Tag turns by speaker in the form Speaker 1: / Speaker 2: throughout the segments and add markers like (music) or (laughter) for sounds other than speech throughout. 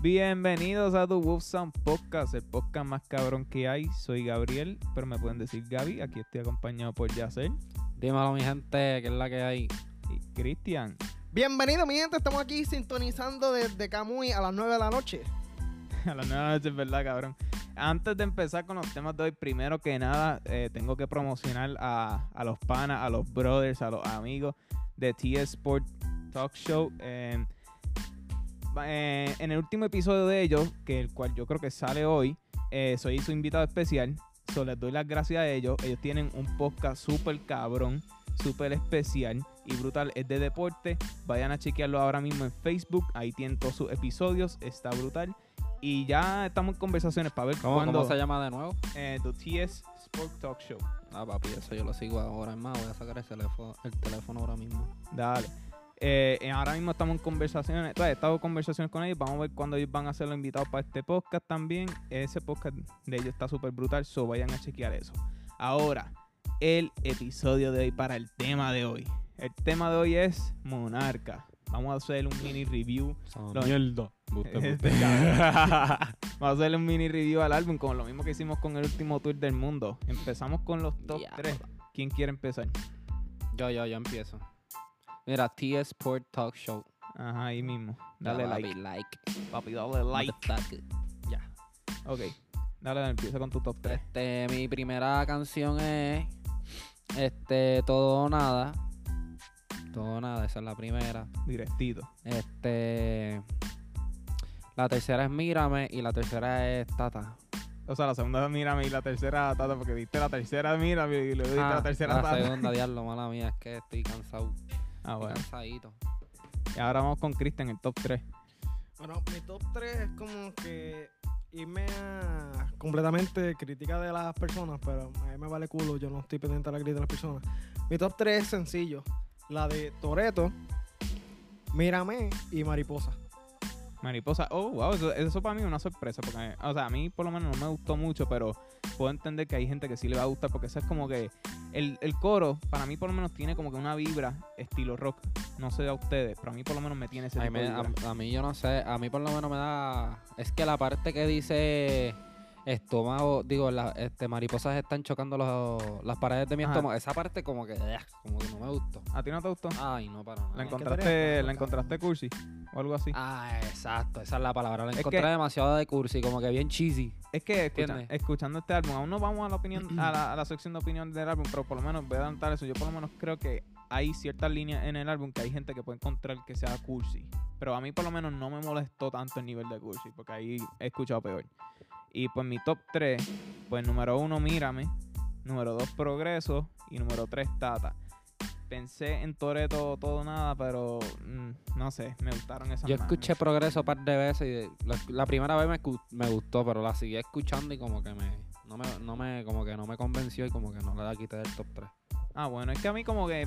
Speaker 1: Bienvenidos a The Wolf Sound Podcast, el podcast más cabrón que hay. Soy Gabriel, pero me pueden decir Gaby. Aquí estoy acompañado por Yacer
Speaker 2: Dímelo, mi gente, que es la que hay.
Speaker 1: y Cristian. (laughs)
Speaker 3: Bienvenido, mi gente. Estamos aquí sintonizando desde Camuy a las 9 de la noche.
Speaker 1: A las nueve noches, ¿verdad, cabrón? Antes de empezar con los temas de hoy, primero que nada, eh, tengo que promocionar a, a los panas, a los brothers, a los amigos de T Sport Talk Show. Eh, eh, en el último episodio de ellos, que el cual yo creo que sale hoy, eh, soy su invitado especial. So, les doy las gracias a ellos. Ellos tienen un podcast súper cabrón, súper especial y brutal. Es de deporte. Vayan a chequearlo ahora mismo en Facebook. Ahí tienen todos sus episodios. Está brutal. Y ya estamos en conversaciones para ver
Speaker 2: ¿Cómo,
Speaker 1: cuándo.
Speaker 2: cómo se llama de nuevo?
Speaker 1: eh, The TS Sport Talk Show.
Speaker 2: Ah, papi, eso yo lo sigo ahora. Es más, voy a sacar el teléfono, el teléfono ahora mismo.
Speaker 1: Dale. Eh, eh, ahora mismo estamos en conversaciones. Todavía estamos en conversaciones con ellos. Vamos a ver cuándo ellos van a ser los invitados para este podcast también. Ese podcast de ellos está súper brutal. So vayan a chequear eso. Ahora, el episodio de hoy para el tema de hoy. El tema de hoy es Monarca. Vamos a hacer un mini review. Lo-
Speaker 4: mierda. Buste,
Speaker 1: (laughs)
Speaker 4: buste.
Speaker 1: Este cabrón. (laughs) Vamos a hacer un mini review al álbum, como lo mismo que hicimos con el último tour del mundo. Empezamos con los top
Speaker 2: Diablo.
Speaker 1: 3. ¿Quién quiere empezar?
Speaker 2: Yo, yo, yo empiezo. Mira, TS Sport Talk Show.
Speaker 1: Ajá, ahí mismo. Dale
Speaker 2: papi,
Speaker 1: like.
Speaker 2: like.
Speaker 1: Papi, dale
Speaker 2: Motherfucker. Ya.
Speaker 1: Ok. Dale, dale, empieza con tu top 3.
Speaker 2: Este, mi primera canción es. Este, Todo o Nada. Todo o Nada, esa es la primera.
Speaker 1: Directito.
Speaker 2: Este. La tercera es Mírame y la tercera es Tata.
Speaker 1: O sea, la segunda mírame y la tercera tata, porque viste la tercera mírame y luego diste
Speaker 2: Ah,
Speaker 1: la tercera tata. (laughs)
Speaker 2: segunda, diablo, mala mía, es que estoy cansado.
Speaker 1: Ah,
Speaker 2: estoy
Speaker 1: bueno.
Speaker 2: Cansadito.
Speaker 1: Y ahora vamos con Cristian, el top 3.
Speaker 3: Bueno, mi top 3 es como que irme a completamente crítica de las personas, pero a mí me vale culo. Yo no estoy pendiente a la crítica de las personas. Mi top 3 es sencillo: la de Toreto, Mírame y Mariposa.
Speaker 1: Mariposa. Oh, wow, eso, eso para mí es una sorpresa. Porque, o sea, a mí por lo menos no me gustó mucho, pero puedo entender que hay gente que sí le va a gustar. Porque eso es como que. El, el coro, para mí por lo menos, tiene como que una vibra estilo rock. No sé a ustedes, pero a mí por lo menos me tiene ese
Speaker 2: Ay,
Speaker 1: tipo
Speaker 2: me-
Speaker 1: de
Speaker 2: a,
Speaker 1: vibra.
Speaker 2: a mí yo no sé, a mí por lo menos me da... Es que la parte que dice estómago, digo, las este, mariposas están chocando los- las paredes de mi
Speaker 1: Ajá.
Speaker 2: estómago, esa parte como que, ah, como que no me gustó.
Speaker 1: ¿A ti no te gustó?
Speaker 2: Ay, no, para nada.
Speaker 1: ¿La
Speaker 3: es que tú eres
Speaker 1: encontraste,
Speaker 3: loco,
Speaker 1: la encontraste cursi? O algo así.
Speaker 2: Ah, exacto, esa es la palabra. La
Speaker 1: Es
Speaker 2: encontré
Speaker 1: que-
Speaker 2: demasiado de cursi, como que bien cheesy.
Speaker 1: Es que escucha-
Speaker 2: ¿Entiendes?
Speaker 1: escuchando este álbum, aún no vamos a la
Speaker 2: (clears throat)
Speaker 1: opinión, a la, a la sección de opinión del álbum, pero por lo menos voy a adelantar eso. Yo por lo menos creo que hay ciertas líneas en el álbum que hay gente que puede encontrar que sea cursi. Pero a mí por lo menos no me molestó tanto el nivel de cursi, porque ahí he escuchado peor. Y pues mi top 3, pues número 1, mírame. Número 2, progreso. Y número 3, tata. Pensé en Toreto todo nada, pero mm, no sé, me gustaron esas
Speaker 2: Yo
Speaker 1: más.
Speaker 2: escuché Progreso un par de veces y de- la, la primera vez me, cu- me gustó, pero la seguí escuchando y como que me no me, no me como que no me convenció y como que no la quité del top 3.
Speaker 1: Ah, bueno, es que a mí como que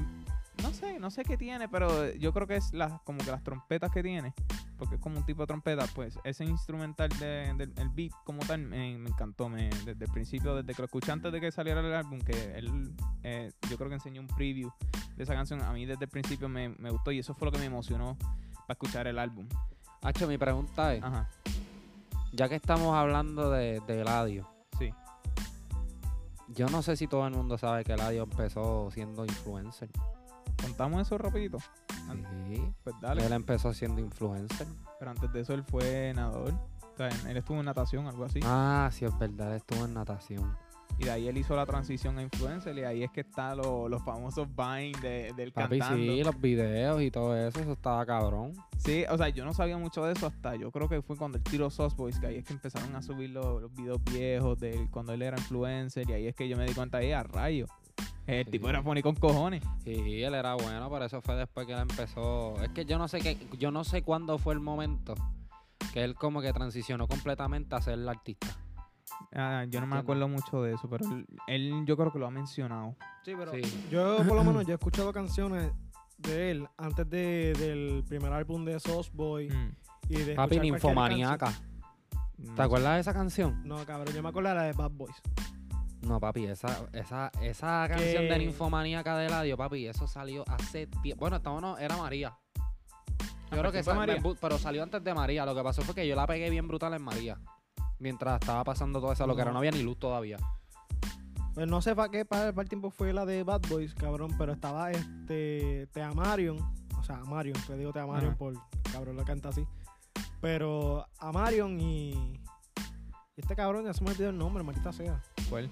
Speaker 1: no sé, no sé qué tiene, pero yo creo que es las como que las trompetas que tiene, porque es como un tipo de trompeta, pues ese instrumental de- del el beat como tal me, me encantó, me, desde el principio, desde que lo escuché antes de que saliera el álbum, que él eh, yo creo que enseñó un preview de esa canción, a mí desde el principio me, me gustó y eso fue lo que me emocionó para escuchar el álbum.
Speaker 2: Hacho, mi pregunta es,
Speaker 1: Ajá,
Speaker 2: ya que estamos hablando de, de Eladio,
Speaker 1: sí.
Speaker 2: yo no sé si todo el mundo sabe que Eladio empezó siendo influencer.
Speaker 1: Contamos eso rapidito.
Speaker 2: Sí.
Speaker 1: Pues dale.
Speaker 2: Él empezó siendo influencer.
Speaker 1: Pero antes de eso él fue nadador. O sea, él estuvo en natación, algo así.
Speaker 2: Ah, sí, es verdad, él estuvo en natación.
Speaker 1: Y de ahí él hizo la transición a influencer y ahí es que están los famosos Vine de, del
Speaker 2: Papi,
Speaker 1: cantando.
Speaker 2: sí,
Speaker 1: Sí.
Speaker 2: los videos y todo eso, eso estaba cabrón.
Speaker 1: o sea, yo no sabía mucho de eso hasta yo creo que fue cuando él tiró Sauce Boys, que ahí es que empezaron a subir los, los videos viejos de él cuando él era influencer y ahí es que yo me di cuenta, ahí a rayo. El
Speaker 2: Sí.
Speaker 1: tipo era funny con cojones.
Speaker 2: Sí, él era bueno, pero eso fue después que él empezó. Es que yo no sé qué, yo no sé cuándo fue el momento que él como que transicionó completamente a ser el artista.
Speaker 1: Ah, yo no me
Speaker 2: Entiendo.
Speaker 1: acuerdo mucho de eso, pero él, él yo creo que lo ha mencionado.
Speaker 3: Sí, pero
Speaker 2: Sí.
Speaker 3: Yo, por lo
Speaker 2: (clears throat)
Speaker 3: menos, yo he escuchado canciones de él antes de- del primer álbum de Sauce Boy
Speaker 1: Mm,
Speaker 3: y de
Speaker 2: Papi,
Speaker 3: escuchar cualquier
Speaker 2: ninfomaniaca.
Speaker 3: canción.
Speaker 1: no
Speaker 2: ¿Te
Speaker 1: sé.
Speaker 2: acuerdas de esa canción?
Speaker 3: No, cabrón, yo me acuerdo de la de Bad Boys.
Speaker 2: No, papi, esa, esa, esa canción de
Speaker 3: Que-
Speaker 2: ninfomaníaca de Eladio, papi, eso salió hace tiempo. Bueno, esta no era María.
Speaker 1: Ah,
Speaker 2: Yo creo que
Speaker 1: ¿Quién fue
Speaker 2: sal-
Speaker 1: María?
Speaker 2: bu- pero salió antes de María. Lo que pasó fue que yo la pegué bien brutal en María. Mientras estaba pasando toda esa loquera,
Speaker 3: No.
Speaker 2: no había ni luz todavía.
Speaker 3: Pues no sé para qué para el tiempo fue la de Bad Boys, cabrón, pero estaba este Te Amarion, o sea, Amarion, te digo Te Amarion
Speaker 1: Ajá.
Speaker 3: por cabrón la canta así. Pero Amarion y y este cabrón ya se me olvidó el nombre, maldita sea.
Speaker 1: ¿Cuál?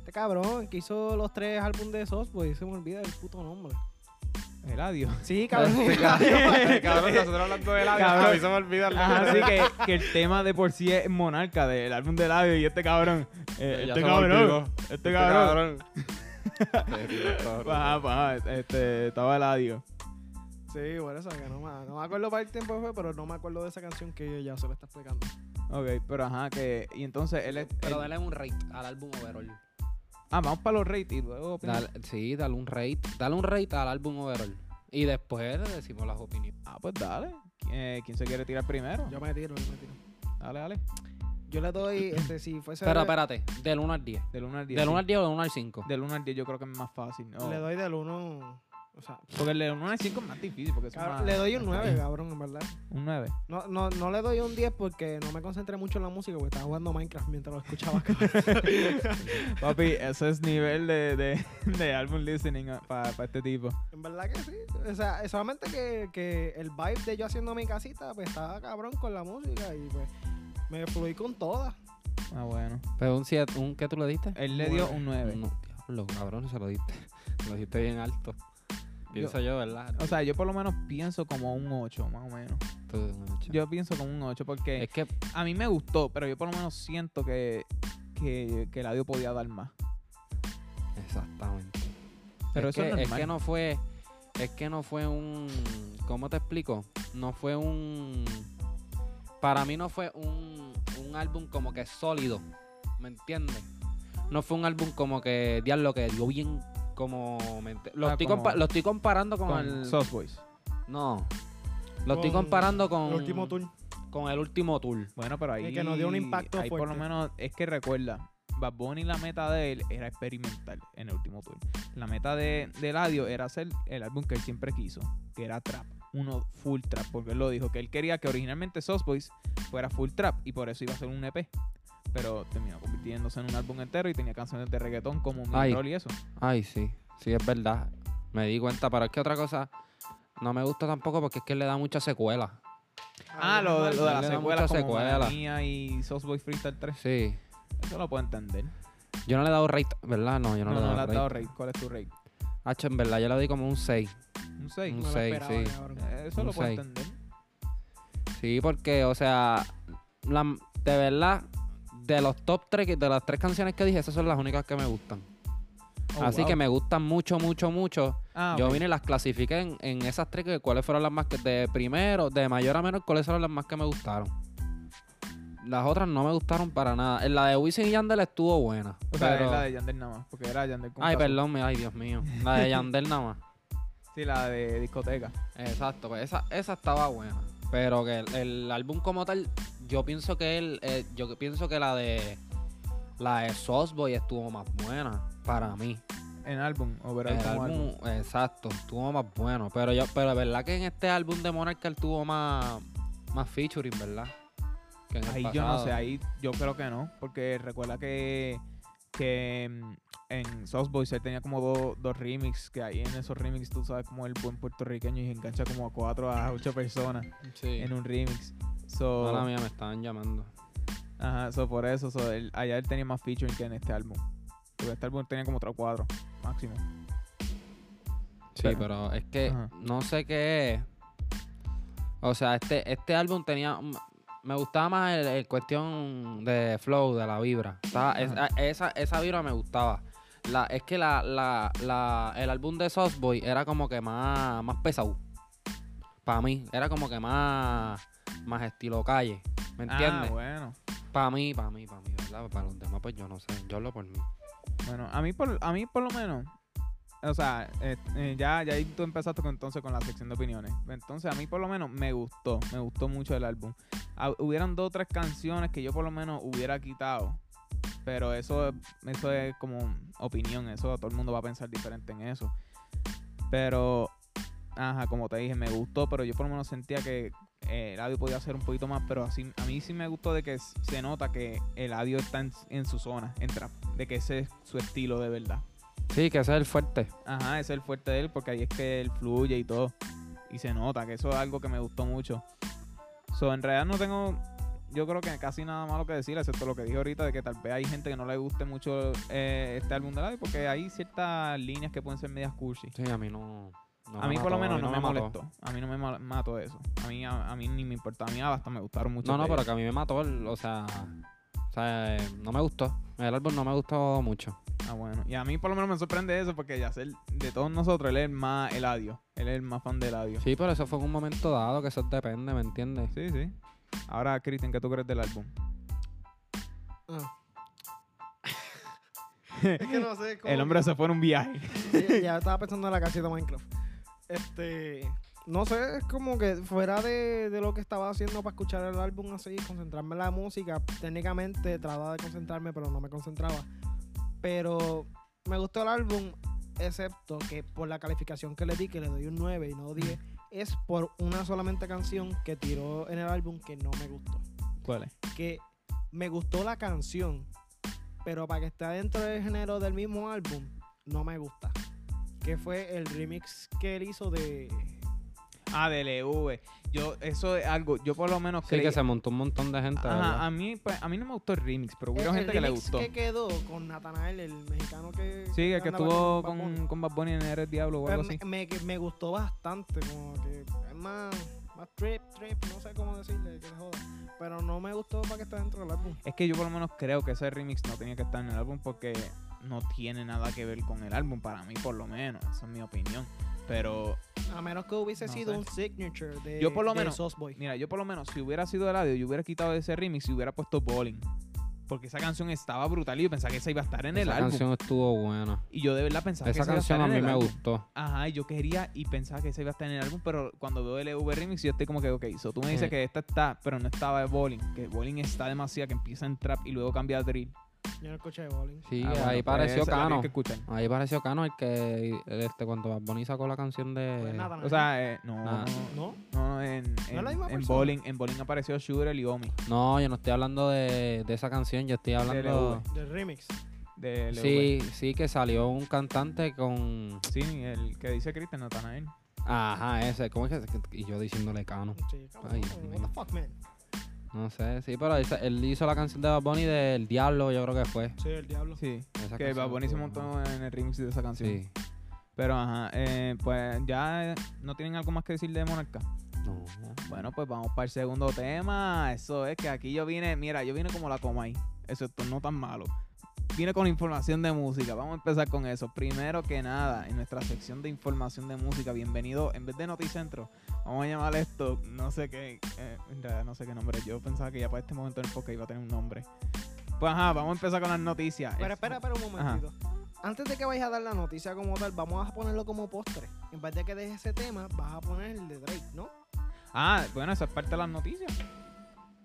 Speaker 3: Este cabrón que hizo los tres álbumes de Sos, pues se me olvida el puto nombre.
Speaker 2: (laughs)
Speaker 1: Eladio.
Speaker 2: Ah,
Speaker 3: Sí, cabrón.
Speaker 2: Este, cabrón, nosotros hablando de
Speaker 1: labio, Cabrón. a mí
Speaker 2: se me olvida
Speaker 1: Ajá, así que, que el tema de por sí es monarca del álbum de labio y este cabrón. eh, este,
Speaker 2: Ya se me olvidó.
Speaker 1: cabrón este, cabrón.
Speaker 2: cabrón.
Speaker 1: Pues, Ajá, ajá, este, estaba Eladio.
Speaker 3: (laughs) Sí, bueno, eso que no me, no me acuerdo para el tiempo fue, pero no me acuerdo de esa canción que ya se lo está explicando.
Speaker 1: Ok, pero ajá, que. Y entonces él es.
Speaker 2: Pero
Speaker 1: él-
Speaker 2: dale un rate al álbum overall.
Speaker 1: ah, vamos para los rates y luego.
Speaker 2: Dale, sí, dale un rate. Dale un rate al álbum overall. Y después le decimos las opiniones.
Speaker 1: Ah, pues dale. Eh, ¿Quién se quiere tirar primero?
Speaker 3: Yo me tiro, yo me tiro.
Speaker 1: Dale, dale.
Speaker 3: Yo le doy, este, si fuese.
Speaker 2: Pero espérate, del 1 al 10.
Speaker 1: Del 1 al 10.
Speaker 2: Del 1 al 10 o del 1 al 5.
Speaker 1: Del 1 al 10 yo creo que es más fácil. ¿no?
Speaker 3: Le doy del 1. O sea,
Speaker 1: Porque el del 1 al 5 es más difícil. Porque es
Speaker 3: Cabrón,
Speaker 1: más-
Speaker 3: le doy un
Speaker 1: más (clears throat)
Speaker 3: 9,
Speaker 1: difícil.
Speaker 3: cabrón, en verdad.
Speaker 1: Un 9.
Speaker 3: No, no, no le doy un 10 porque no me concentré mucho en la música porque estaba jugando Minecraft mientras lo escuchaba. (laughs) cabrón.
Speaker 1: Papi, ese es nivel de, (laughs) de, de album listening para este tipo.
Speaker 3: en verdad que sí. O sea, solamente que, que el vibe de yo haciendo mi casita, pues estaba cabrón con la música y pues me fluí con todas.
Speaker 1: Ah, bueno.
Speaker 2: Pero un 7, un, ¿qué tú le diste?
Speaker 1: Él le dio
Speaker 3: Nueve.
Speaker 1: un 9.
Speaker 2: Eh, No, diablo, cabrón, se lo diste. (laughs) Lo diste bien alto. Pienso yo, ¿verdad?
Speaker 1: O sea, yo por lo menos pienso como un 8, más o menos.
Speaker 2: Tú, macho.
Speaker 1: Yo pienso como un 8 porque
Speaker 2: es que
Speaker 1: a mí me gustó, pero yo por lo menos siento que, que, que Eladio podía dar más.
Speaker 2: Exactamente.
Speaker 1: Pero
Speaker 2: es
Speaker 1: eso
Speaker 2: que,
Speaker 1: es
Speaker 2: es
Speaker 1: normal.
Speaker 2: que no fue. Es que no fue un. ¿Cómo te explico? No fue un. Para mí no fue un, un álbum como que sólido. ¿Me entiendes? No fue un álbum como que. Diablo, que dio bien. Como. me ent- lo,
Speaker 1: Ah,
Speaker 2: estoy
Speaker 1: como-
Speaker 2: compa- lo estoy comparando con,
Speaker 1: Con
Speaker 2: el.
Speaker 1: Sauce Boys.
Speaker 2: no. Lo estoy
Speaker 3: Con
Speaker 2: comparando con.
Speaker 3: El
Speaker 1: Mm.
Speaker 3: último tour.
Speaker 2: Con el último tour.
Speaker 1: Bueno, pero ahí.
Speaker 3: Y que nos dio un impacto
Speaker 1: ahí por lo
Speaker 3: fuerte.
Speaker 1: menos es que recuerda. Bad Bunny la meta de él era experimentar en el último tour. La meta de, de Eladio era hacer el álbum que él siempre quiso, que era trap. Uno full trap, porque él lo dijo, que él quería que originalmente Sauce Boys fuera full trap y por eso iba a ser un EP. Pero terminó convirtiéndose en un álbum entero y tenía canciones de reggaetón como Mean
Speaker 2: Ay.
Speaker 1: Girl y eso.
Speaker 2: Ay, sí, sí, es verdad. Me di cuenta, pero es que otra cosa no me gusta tampoco porque es que le da mucha secuela.
Speaker 1: Ah, lo, de- lo de
Speaker 2: Él
Speaker 1: la
Speaker 2: le da
Speaker 1: secuela
Speaker 2: mucha
Speaker 1: como
Speaker 2: secuela.
Speaker 1: Manía y Sauce Boys Freestyle 3.
Speaker 2: Sí.
Speaker 1: Eso lo puedo entender.
Speaker 2: Yo no le he dado rate, ¿verdad? No, yo
Speaker 1: No,
Speaker 2: no,
Speaker 1: no,
Speaker 2: le
Speaker 1: le
Speaker 2: he dado
Speaker 1: has
Speaker 2: rate.
Speaker 1: dado rate. ¿Cuál es tu rate?
Speaker 2: Hacho, en verdad, yo le doy como un 6.
Speaker 1: Un 6.
Speaker 2: Un
Speaker 3: No lo
Speaker 2: seis,
Speaker 3: esperaba,
Speaker 2: sí.
Speaker 3: cabrón.
Speaker 1: Eso
Speaker 2: un
Speaker 1: lo puedo
Speaker 2: seis.
Speaker 1: entender.
Speaker 2: Sí, porque, o sea, la- de verdad, de los top 3, de las tres canciones que dije, esas son las únicas que me gustan.
Speaker 1: Oh,
Speaker 2: Así
Speaker 1: wow.
Speaker 2: que me gustan mucho, mucho, mucho.
Speaker 1: Ah,
Speaker 2: yo
Speaker 1: ok.
Speaker 2: vine y las clasifiqué en, en esas tres, que cuáles fueron las más que de primero, de mayor a menor, cuáles fueron las más que me gustaron. Las otras no me gustaron para nada. La de Wisin y Yandel estuvo buena.
Speaker 1: O sea,
Speaker 2: pero-
Speaker 1: es la de Yandel nada más, porque era Yandel con
Speaker 2: Ay,
Speaker 1: Casu.
Speaker 2: perdón, me- ay, Dios mío. La de Yandel nada más.
Speaker 1: Sí, la de discoteca.
Speaker 2: Exacto, pues esa, esa estaba buena. Pero que el, el álbum como tal, yo pienso que él, eh, yo pienso que la de la de Sosboy estuvo más buena para mí.
Speaker 1: En álbum, o verá
Speaker 2: el
Speaker 1: como álbum.
Speaker 2: álbum, exacto, estuvo más bueno. Pero yo, pero verdad que en este álbum de Monarca él tuvo más, más featuring, ¿verdad? Que en el
Speaker 1: Ahí yo no
Speaker 2: pasado.
Speaker 1: sé, ahí yo creo que no, porque recuerda que, que mm, en Sauce Boys él tenía como dos dos remix, que ahí en esos remix tú sabes como el buen puertorriqueño y engancha como a cuatro a ocho personas
Speaker 2: Sí.
Speaker 1: en un remix. So,
Speaker 2: Mala mía, me estaban llamando.
Speaker 1: ajá, so por eso, so él- allá él tenía más featuring que en este álbum. Porque este álbum tenía como otro cuadro, máximo.
Speaker 2: Sí,
Speaker 1: Pero-
Speaker 2: pero, es que
Speaker 1: Ajá.
Speaker 2: no sé qué es. O sea, este, este álbum tenía. un- Me gustaba más el, el cuestión de flow, de la vibra. Estaba- es-
Speaker 1: Ajá.
Speaker 2: a- esa, esa vibra me gustaba. La, es que la, la, la- el álbum de Softboy era como que más, más pesado. Para mí, era como que más, más estilo calle. ¿Me
Speaker 1: Ah,
Speaker 2: entiendes?
Speaker 1: bueno.
Speaker 2: Para mí, para mí, para mí, ¿verdad? Para los demás, pues yo no sé. Yo hablo por mí.
Speaker 1: Bueno, a mí por, a mí por lo menos, o sea, eh, eh, ya, ya ahí tú empezaste con, entonces con la sección de opiniones. Entonces a mí por lo menos me gustó, me gustó mucho el álbum. Ah, hubieran dos o tres canciones que yo por lo menos hubiera quitado, pero eso, eso es como opinión, eso todo el mundo va a pensar diferente en eso. Pero ajá, como te dije, me gustó, pero yo por lo menos sentía que eh, el audio podía hacer un poquito más, pero así a mí sí me gustó de que s- se nota que el audio está en, en su zona, en trap, de que ese es su estilo de verdad.
Speaker 2: Sí, que ese es el fuerte.
Speaker 1: Ajá, ese es el fuerte de él, porque ahí es que él fluye y todo. Y se nota que eso es algo que me gustó mucho. So, en realidad no tengo, yo creo que casi nada malo que decir, excepto lo que dije ahorita, de que tal vez hay gente que no le guste mucho eh, este álbum de radio, porque hay ciertas líneas que pueden ser medias cursi.
Speaker 2: Sí, a mí no. no
Speaker 1: a
Speaker 2: me
Speaker 1: mí por lo
Speaker 2: mató, a
Speaker 1: menos
Speaker 2: mí
Speaker 1: no, me,
Speaker 2: mató.
Speaker 1: molestó. A mí no me ma- mato eso. A mí, a, a mí ni me importaba. A mí hasta me gustaron mucho.
Speaker 2: No, no,
Speaker 1: de
Speaker 2: pero
Speaker 1: ellos.
Speaker 2: que a mí me mató, el- o sea, o sea, eh, no me gustó. El álbum no me gustó mucho.
Speaker 1: Ah, bueno. Y a mí por lo menos me sorprende eso porque ya sé, de todos nosotros, él es el más eladio. Él es el más fan de eladio.
Speaker 2: Sí, pero eso fue en un momento dado, que eso depende, ¿me entiendes?
Speaker 1: Sí, sí. Ahora, Kristen, ¿qué tú crees del álbum? (laughs)
Speaker 3: Ah. es que no sé cómo.
Speaker 1: El hombre se fue en un viaje. (laughs)
Speaker 3: Ya- ya estaba pensando en la casita Minecraft. Este, no sé, es como que fuera de, de lo que estaba haciendo para escuchar el álbum así, concentrarme en la música. Técnicamente trataba de concentrarme, pero no me concentraba. Pero me gustó el álbum, excepto que por la calificación que le di, que le doy un 9 y no 10, es por una solamente canción que tiró en el álbum que no me gustó
Speaker 1: ¿Cuál es?
Speaker 3: que me gustó la canción, pero para que esté dentro del género del mismo álbum, no me gusta. Que fue el remix que él hizo de.
Speaker 1: Ah, DLV. Yo, eso es algo, yo por lo menos
Speaker 2: Sí,
Speaker 1: creí-
Speaker 2: que se montó un montón de gente.
Speaker 1: Ajá,
Speaker 2: ¿verdad?
Speaker 1: a mí, pues, a mí no me gustó el remix, pero hubo
Speaker 3: el-
Speaker 1: gente
Speaker 3: el
Speaker 1: que le
Speaker 3: remix
Speaker 1: gustó.
Speaker 3: que quedó con Natanael, el mexicano que.
Speaker 1: Sí, que, que
Speaker 3: andaba
Speaker 1: estuvo
Speaker 3: Bad Bunny.
Speaker 1: con, con Bad Bunny en Eres Diablo o
Speaker 3: Pues
Speaker 1: algo
Speaker 3: me,
Speaker 1: así.
Speaker 3: me- que me gustó bastante, como que es más, más trip, trip, no sé cómo decirle, que le joda. Pero no me gustó para que esté dentro del álbum.
Speaker 1: Es que yo por lo menos creo que ese remix no tenía que estar en el álbum porque no tiene nada que ver con el álbum, para mí por lo menos. Esa es mi opinión. Pero,
Speaker 3: A menos que hubiese
Speaker 1: No
Speaker 3: sido
Speaker 1: sé.
Speaker 3: un signature de,
Speaker 1: Yo por lo
Speaker 3: de
Speaker 1: menos-
Speaker 3: Sauce Boy.
Speaker 1: mira, yo por lo menos, si hubiera sido el audio, yo hubiera quitado ese remix y hubiera puesto Bowling. Porque esa canción estaba brutal y yo pensaba que esa iba a estar en el
Speaker 2: Esa
Speaker 1: álbum.
Speaker 2: canción estuvo buena.
Speaker 1: Y yo de verdad pensaba que
Speaker 2: Esa
Speaker 1: esa iba a estar
Speaker 2: canción a
Speaker 1: en
Speaker 2: mí
Speaker 1: el
Speaker 2: me
Speaker 1: álbum.
Speaker 2: gustó.
Speaker 1: Ajá, y yo quería y pensaba que ese iba a estar en el álbum, pero cuando veo el EV Remix, yo estoy como que, ok, so tú me dices
Speaker 2: Sí.
Speaker 1: que esta está, pero no estaba de bowling, que bowling está demasiado, que empieza en trap y luego cambia a drill.
Speaker 3: Yo no escuché de Bowling.
Speaker 2: Sí,
Speaker 1: Ah, bueno,
Speaker 2: ahí
Speaker 1: pues
Speaker 2: pareció
Speaker 1: esa la tienes
Speaker 2: Cano.
Speaker 1: que escuchar.
Speaker 2: Ahí pareció Cano el que este, cuando Bad Bunny sacó la canción de.
Speaker 3: Pues Natanael.
Speaker 1: O sea, eh, no,
Speaker 2: Nah.
Speaker 1: no,
Speaker 3: ¿No?
Speaker 1: no, en,
Speaker 3: ¿No es la
Speaker 1: en-
Speaker 3: misma
Speaker 1: en
Speaker 3: persona?
Speaker 1: bowling, en bowling apareció Shooter y Omi
Speaker 2: No, yo no estoy hablando de, de esa canción, yo estoy hablando.
Speaker 1: LV.
Speaker 3: Del remix.
Speaker 1: de LV.
Speaker 2: Sí, sí, que salió un cantante con.
Speaker 1: Sí, el que dice Kristen Natanael.
Speaker 2: Ajá, ese. ¿Cómo es que.? Y yo diciéndole Cano.
Speaker 3: Sí, come
Speaker 2: Ay,
Speaker 3: on,
Speaker 2: Dios
Speaker 3: what the fuck, man.
Speaker 2: No sé, sí, pero esa- él hizo la canción de Bad Bunny del Diablo, yo creo que fue.
Speaker 3: Sí, el diablo.
Speaker 1: Sí,
Speaker 2: Esa
Speaker 1: que va
Speaker 2: canción
Speaker 1: buenísimo un
Speaker 2: estuvo buena.
Speaker 1: montón en el remix de esa canción.
Speaker 2: Sí.
Speaker 1: Pero ajá, eh, pues ya eh, no tienen algo más que decir de Monarca.
Speaker 2: No.
Speaker 1: Bueno, pues vamos para el segundo tema. Eso es que aquí yo vine, mira, yo vine como la Comay. Eso esto no tan malo. Vine con información de música. Vamos a empezar con eso. Primero que nada, en nuestra sección de información de música, bienvenido. En vez de Noticentro, vamos a llamar esto, no sé qué, eh, en realidad no sé qué nombre. Yo pensaba que ya para este momento del podcast iba a tener un nombre. Pues ajá, vamos a empezar con las noticias.
Speaker 3: Pero
Speaker 1: Es-
Speaker 3: espera, espera un momentito. Antes de que vayas a dar la noticia como tal, vamos a ponerlo como postre. En vez de que dejes ese tema, vas a poner el de Drake, ¿no?
Speaker 1: Ah, bueno, esa es parte de las noticias. (laughs)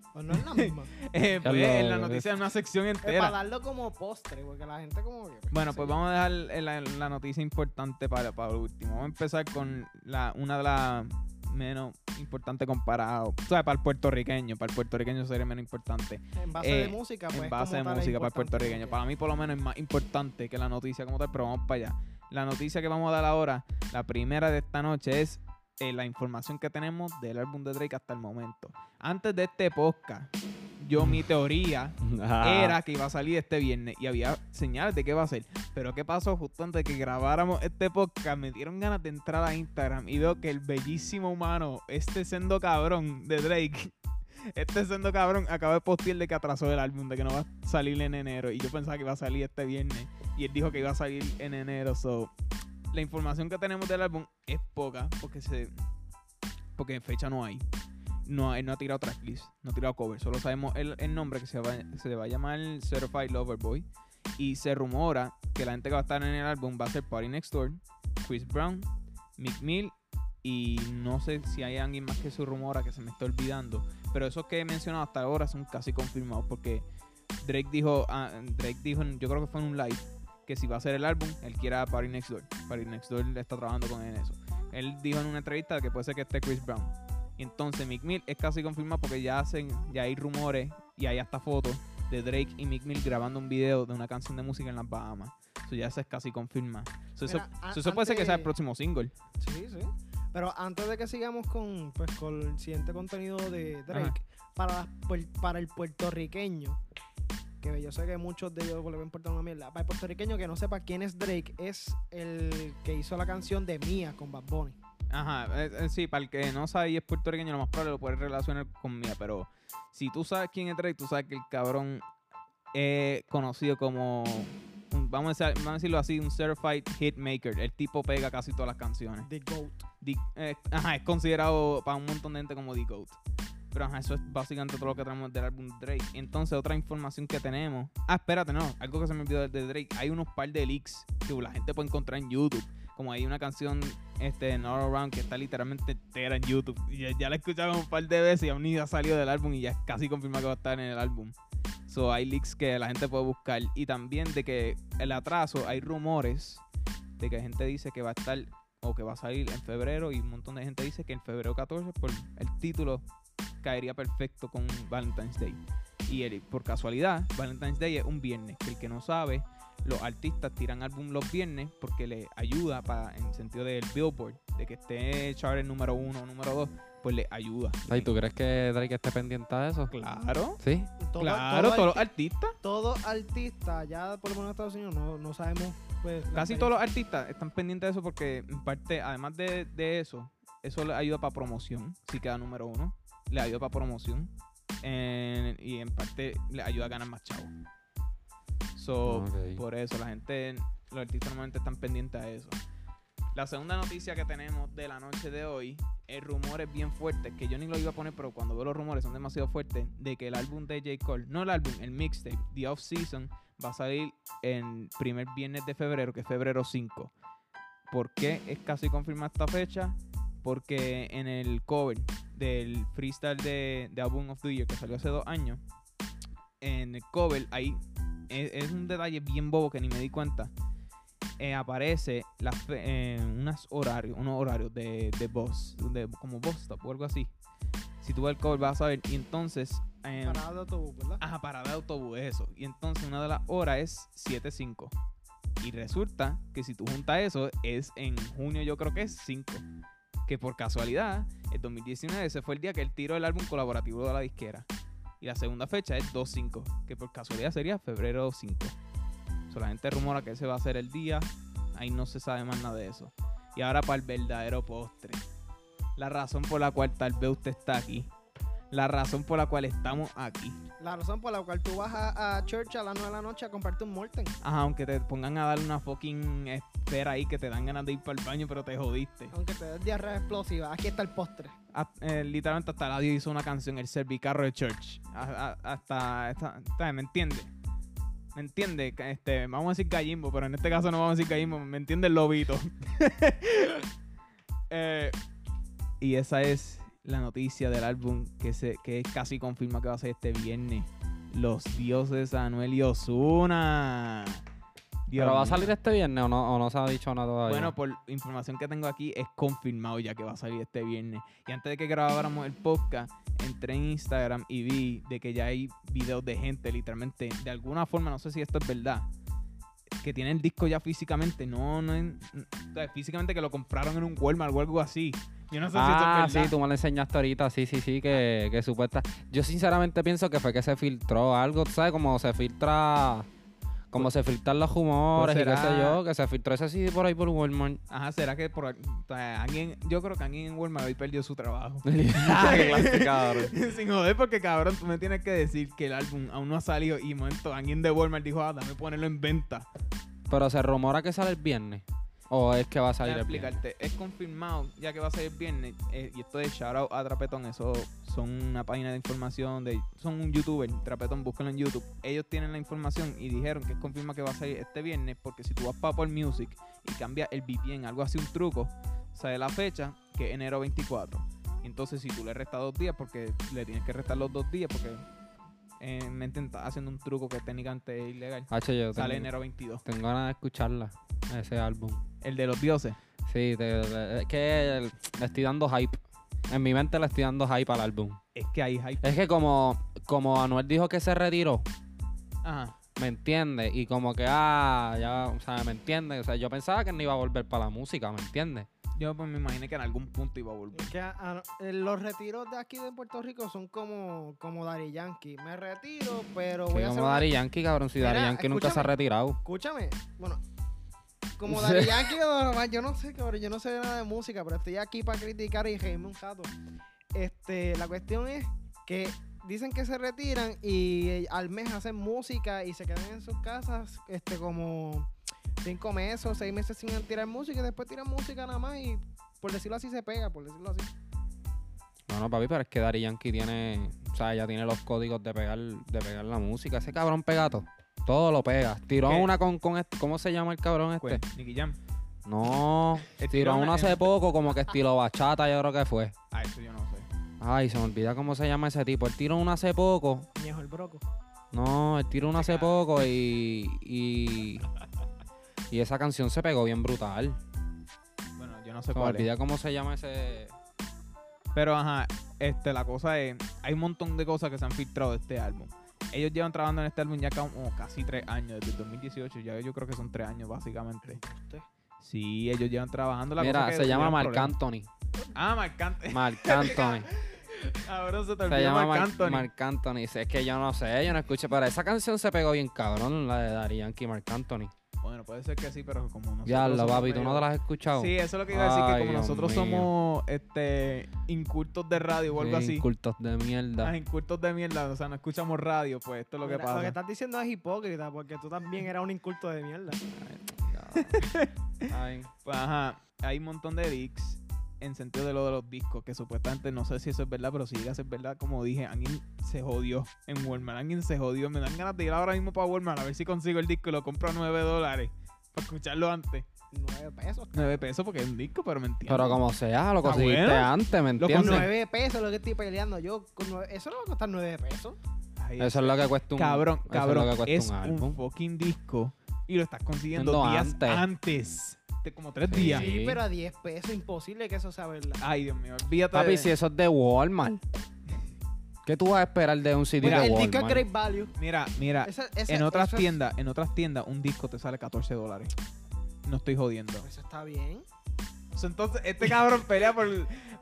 Speaker 3: O Pues no es (laughs) la misma.
Speaker 1: Eh, pues,
Speaker 2: lo-
Speaker 1: en las noticias es una sección
Speaker 3: es para
Speaker 1: entera.
Speaker 3: darlo como postre, porque la gente como que...
Speaker 1: Bueno, pues vamos a dejar eh, la, la noticia importante para, para lo último. Vamos a empezar con la, una de las menos importantes comparado. O sea, para el puertorriqueño. Para el puertorriqueño sería menos importante.
Speaker 3: En base
Speaker 1: eh,
Speaker 3: de música, pues
Speaker 1: en base de
Speaker 3: como tal
Speaker 1: música
Speaker 3: es
Speaker 1: para el
Speaker 3: importante,
Speaker 1: puertorriqueño.
Speaker 3: porque-
Speaker 1: Para mí, por lo menos, es más importante que la noticia como tal, pero vamos para allá. La noticia que vamos a dar ahora, la primera de esta noche, es eh, la información que tenemos del álbum de Drake hasta el momento. Antes de este podcast, yo mi teoría
Speaker 2: (laughs)
Speaker 1: era que iba a salir este viernes y había señales de que iba a ser. Pero ¿qué pasó? Justo antes de que grabáramos este podcast, me dieron ganas de entrar a Instagram y veo que el bellísimo humano, este sendo cabrón de Drake, (laughs) este sendo cabrón acaba de postear de que atrasó el álbum, de que no va a salir en enero. Y yo pensaba que iba a salir este viernes y él dijo que iba a salir en enero. So, la información que tenemos del álbum es poca porque se porque en fecha no hay. No, él no ha tirado tracklist, no ha tirado cover. Solo sabemos el, el nombre que se va, se va a llamar Certified Lover Boy. Y se rumora que la gente que va a estar en el álbum va a ser Party Next Door, Chris Brown, Mick Mill y no sé si hay alguien más que se rumora que se me está olvidando. Pero esos que he mencionado hasta ahora son casi confirmados porque Drake dijo, ah, Drake dijo, en- yo creo que fue en un live, que si va a ser el álbum, él quiera Party Next Door. Party Next Door está trabajando con él en eso. Que él dijo en una entrevista que puede ser que esté Chris Brown. Y entonces Mick Mill es casi confirmado porque ya hacen, ya hay rumores y hay hasta fotos de Drake y Mick Mill grabando un video de una canción de música en las Bahamas. Eso ya se es casi confirmado. So, eso
Speaker 3: Mira, a-
Speaker 1: so, eso puede ser que sea el
Speaker 3: antes-
Speaker 1: próximo single.
Speaker 3: Sí, sí. Pero antes de que sigamos con, pues, con el siguiente contenido de Drake, para, las puer- para el puertorriqueño, que yo sé que muchos de ellos le va a importar una mierda, para el puertorriqueño que no sepa quién es Drake, es el que hizo la canción de Mía con Bad Bunny.
Speaker 1: Ajá, eh, eh, sí, para el que no sabe y es puertorriqueño, lo más probable lo puedes relacionar con Mía, pero si tú sabes quién es Drake, tú sabes que el cabrón es conocido como, un- vamos a, decir- vamos a decirlo así, un certified hitmaker. El tipo pega casi todas las canciones.
Speaker 3: The GOAT.
Speaker 1: The- eh, ajá, es considerado para un montón de gente como The GOAT. Pero ajá, eso es básicamente todo lo que tenemos del álbum Drake. Entonces, otra información que tenemos. Ah, espérate, no. Algo que se me olvidó de Drake. Hay unos par de leaks que la gente puede encontrar en YouTube. Como hay una canción este, Not Around que está literalmente entera en YouTube. Y ya, ya la he escuchado un par de veces y aún ni ha salido del álbum y ya es casi confirmado que va a estar en el álbum. So, hay leaks que la gente puede buscar. Y también de que el atraso, hay rumores de que gente dice que va a estar o que va a salir en febrero y un montón de gente dice que en febrero 14 por el título caería perfecto con Valentine's Day. Y el- por casualidad, Valentine's Day es un viernes, que el que no sabe, los artistas tiran álbum los viernes porque le ayuda para en sentido del Billboard, de que esté chart en número uno o número dos, pues le ayuda.
Speaker 2: Ay, ¿tú crees que Drake esté pendiente de eso?
Speaker 1: Claro,
Speaker 2: Sí.
Speaker 3: Todo-
Speaker 1: claro,
Speaker 3: todo
Speaker 1: todos los
Speaker 3: arti-
Speaker 1: artistas,
Speaker 3: todo artista, ya por lo menos en Estados Unidos, no, no sabemos. Pues, la
Speaker 1: casi
Speaker 3: falla-
Speaker 1: todos los artistas están pendientes de eso porque en parte, además de, de eso, eso le ayuda para promoción, si queda número uno, le ayuda para promoción en- y en parte le ayuda a ganar más chavos. So,
Speaker 2: Ok.
Speaker 1: por eso la gente, los artistas normalmente están pendientes a eso. La segunda noticia que tenemos de la noche de hoy es rumores bien fuertes, que yo ni lo iba a poner, pero cuando veo los rumores son demasiado fuertes, de que el álbum de J. Cole, no el álbum, el mixtape, The Off Season, va a salir el primer viernes de febrero, que es febrero 5. ¿Por qué es casi confirmada esta fecha? Porque en el cover del freestyle de, de Album of the Year que salió hace dos años, en el cover ahí es, es un detalle bien bobo que ni me di cuenta. Eh, aparece la fe- eh, unas horarios, unos horarios de, de boss, de, como boss stop o algo así. Si tú ves el cover vas a ver. Y entonces... eh,
Speaker 3: Parada de autobús, ¿verdad?
Speaker 1: Ajá, parada de autobús, eso. Y entonces una de las horas es 7.5. Y resulta que si tú juntas eso, es en junio, yo creo que es 5. Que por casualidad, el 2019 ese fue el día que él tiró el álbum colaborativo de la disquera. Y la segunda fecha es 2.5, que por casualidad sería febrero 5. So, la gente rumora que ese va a ser el día. Ahí no se sabe más nada de eso. Y ahora para el verdadero postre. La razón por la cual tal vez usted está aquí. La razón por la cual estamos aquí.
Speaker 3: La razón por la cual tú vas a, a church a las 9 de la noche a comprarte un Morten.
Speaker 1: Ajá, aunque te pongan a dar una fucking espera ahí que te dan ganas de ir para el baño, pero te jodiste.
Speaker 3: Aunque te des diarrea explosiva, aquí está el postre.
Speaker 1: Ha- eh, literalmente hasta Ladio hizo una canción, el servicarro de Church. A- a- hasta, esta- esta- ¿me entiende? ¿Me entiende? Que, Este, vamos a decir gallimbo, pero en este caso no vamos a decir gallimbo, ¿me entiende el lobito? (laughs) Eh, y esa es la noticia del álbum que, se, que casi confirma que va a ser este viernes. Los dioses Anuel y Osuna.
Speaker 2: ¿Pero va a salir este viernes o no, o no se ha dicho nada todavía?
Speaker 1: Bueno, por información que tengo aquí, es confirmado ya que va a salir este viernes. Y antes de que grabáramos el podcast, entré en Instagram y vi de que ya hay videos de gente, literalmente, de alguna forma, no sé si esto es verdad, que tienen el disco ya físicamente, no, no, en- o sea, físicamente que lo compraron en un Walmart o algo así. Yo pues, no sé
Speaker 2: ah,
Speaker 1: si esto es
Speaker 2: sí,
Speaker 1: verdad.
Speaker 2: tú me lo enseñaste ahorita, sí, sí, sí, que, que supuesta. Yo sinceramente pienso que fue que se filtró algo, ¿tú ¿sabes? Como se filtra, como se filtran los rumores y
Speaker 1: pues
Speaker 2: qué sé
Speaker 1: será-
Speaker 2: yo, que se filtró ese CD por ahí
Speaker 1: (laughs)
Speaker 2: por Walmart.
Speaker 1: Ajá, será que por aquí- o sea, alguien, yo creo que alguien en Walmart hoy perdió su trabajo. (laughs)
Speaker 2: Ah, (laughs) qué clase, cabrón.
Speaker 1: Sin joder, porque cabrón, tú me tienes que decir que el álbum aún no ha salido y momento alguien de Walmart dijo, ah, dame ponerlo en venta.
Speaker 2: Pero se rumora que sale el viernes. O es que va a salir
Speaker 1: Déjame
Speaker 2: el viernes.
Speaker 1: explicarte, es confirmado, ya que va a salir viernes, eh, y esto de Shoutout a Trapetón, eso son una página de información, de, son un youtuber, Trapetón, búsquenlo en YouTube. Ellos tienen la información y dijeron que es confirma que va a salir este viernes, porque si tú vas para Apple Music y cambias el VPN, algo así, un truco, sale la fecha, que es enero 24. Entonces, si tú le restas dos días, porque le tienes que restar los dos días, porque eh, me intenta haciendo un truco que técnicamente es ilegal.
Speaker 2: H, yo
Speaker 1: Sale
Speaker 2: tengo,
Speaker 1: enero 22.
Speaker 2: tengo ganas de escucharla, ese álbum.
Speaker 1: El de los dioses.
Speaker 2: Sí, te- es que el- le estoy dando hype. En mi mente le estoy dando hype al álbum.
Speaker 1: Es que hay hype.
Speaker 2: Es que como, como Anuel dijo que se retiró,
Speaker 1: Ajá.
Speaker 2: ¿me entiendes? Y como que, ah, ya, o sea, ¿me entiendes? O sea, yo pensaba que no iba a volver para la música, ¿me entiendes?
Speaker 1: Yo pues me imaginé que en algún punto iba a volver.
Speaker 3: Que a- a- eh, los retiros de aquí de Puerto Rico son como, como Daddy Yankee. Me retiro, pero voy
Speaker 2: Que
Speaker 3: a hacer
Speaker 2: como
Speaker 3: una-
Speaker 2: Dari Yankee, cabrón, si Dari
Speaker 3: Mira,
Speaker 2: Yankee nunca se ha
Speaker 3: escúchame.
Speaker 2: retirado.
Speaker 3: Escúchame, bueno, como Daddy Yankee, no, yo no sé, cabrón, yo no sé nada de música, pero estoy aquí para criticar y reírme un rato. Este, la cuestión es que dicen que se retiran y eh, al mes hacen música y se quedan en sus casas, este, como cinco meses o seis meses sin tirar música y después tiran música nada más y por decirlo así se pega, por decirlo así.
Speaker 2: No, no, papi, pero es que Dari Yankee tiene, o sea, ya tiene los códigos de pegar, de pegar la música. Ese cabrón pegato, todo lo pega. Tiró
Speaker 1: ¿Qué?
Speaker 2: una con, con este- ¿cómo se llama el cabrón este?
Speaker 1: Pues, Nicky Jam.
Speaker 2: No,
Speaker 1: Él tiró
Speaker 2: tiró
Speaker 1: una
Speaker 2: uno hace
Speaker 1: en-
Speaker 2: poco, como que estilo bachata, yo creo que fue.
Speaker 1: Ah, eso yo no sé.
Speaker 2: Ay, se me olvida cómo se llama ese tipo. Él tiró uno hace poco.
Speaker 3: Viejo el broco.
Speaker 2: No, él tiró uno hace poco y, y. y esa canción se pegó bien brutal.
Speaker 1: Bueno, yo no sé
Speaker 2: Se me
Speaker 1: cuál es.
Speaker 2: olvida cómo se llama ese.
Speaker 1: Pero ajá, este, la cosa es, hay un montón de cosas que se han filtrado de este álbum. Ellos llevan trabajando en este álbum ya como casi tres años, desde el 2018, ya yo creo que son tres años básicamente. Sí, ellos llevan trabajando la
Speaker 2: Este. Mira,
Speaker 1: cosa que
Speaker 2: se llama
Speaker 1: tuvieron
Speaker 2: Marc
Speaker 1: problemas.
Speaker 2: Anthony.
Speaker 1: Ah, Marc Anthony.
Speaker 2: Marc Anthony.
Speaker 1: (laughs) Ahora se te
Speaker 2: se
Speaker 1: olvidó
Speaker 2: llama
Speaker 1: Marc
Speaker 2: Marc
Speaker 1: Anthony.
Speaker 2: Marc Anthony. Es que yo no sé, yo no escuché. Pero esa canción se pegó bien cabrón, la de Dari Yankee y Marc Anthony.
Speaker 1: Bueno, puede ser que sí, pero como nosotros
Speaker 2: Ya, lo
Speaker 1: somos
Speaker 2: papi, tú no
Speaker 1: medio-
Speaker 2: te la has escuchado.
Speaker 1: Sí, eso es lo que iba a decir, que
Speaker 2: Ay,
Speaker 1: como
Speaker 2: Dios
Speaker 1: nosotros
Speaker 2: mío.
Speaker 1: somos este incultos de radio o algo
Speaker 2: Sí,
Speaker 1: así.
Speaker 2: Cultos de mierda.
Speaker 1: Ah, incultos de mierda, o sea, no escuchamos radio, pues esto es lo que
Speaker 3: Mira,
Speaker 1: pasa.
Speaker 3: Lo que estás diciendo es hipócrita, porque tú también eras un inculto de mierda.
Speaker 2: Ay.
Speaker 1: Pues ajá, hay un montón de leaks en sentido de lo de los discos, que supuestamente no sé si eso es verdad, pero si llega a ser verdad, como dije, alguien se jodió en Walmart, alguien se jodió. Me dan ganas de ir ahora mismo para Walmart a ver si consigo el disco y lo compro a 9 dólares para escucharlo antes.
Speaker 3: Nueve pesos.
Speaker 1: 9 pesos porque es un disco, pero me entiendes.
Speaker 2: Pero como sea, lo
Speaker 1: Está
Speaker 2: conseguiste
Speaker 1: bueno.
Speaker 2: antes, ¿me
Speaker 1: Lo Sí.
Speaker 3: Con
Speaker 2: entiendes?
Speaker 1: conseguí.
Speaker 3: nueve pesos lo que estoy peleando yo. Con nueve- eso no va a costar nueve pesos.
Speaker 1: Ay,
Speaker 2: Eso es lo que cuesta un
Speaker 1: cabrón,
Speaker 2: eso
Speaker 1: cabrón,
Speaker 2: es, lo que cuesta
Speaker 1: es
Speaker 2: un
Speaker 1: un,
Speaker 2: álbum.
Speaker 1: fucking disco y lo estás consiguiendo
Speaker 2: Siendo
Speaker 1: días
Speaker 2: antes.
Speaker 1: antes. de como tres
Speaker 2: Sí.
Speaker 1: días.
Speaker 3: Sí, pero a diez pesos, imposible que eso sea verdad.
Speaker 1: Ay, Dios mío, olvídate.
Speaker 2: Papi,
Speaker 1: de-
Speaker 2: si eso es de Walmart. ¿Qué tú vas a esperar de un CD
Speaker 3: Mira,
Speaker 2: de
Speaker 3: el
Speaker 2: Walmart?
Speaker 3: disco es Great Value.
Speaker 1: Mira, mira,
Speaker 3: Ese- ese-
Speaker 1: en otras
Speaker 3: eso es-
Speaker 1: tiendas, en otras tiendas, un disco te sale 14 dólares. No estoy jodiendo.
Speaker 3: Eso está bien.
Speaker 1: So, Entonces, este
Speaker 3: (laughs)
Speaker 1: cabrón pelea por,
Speaker 3: Es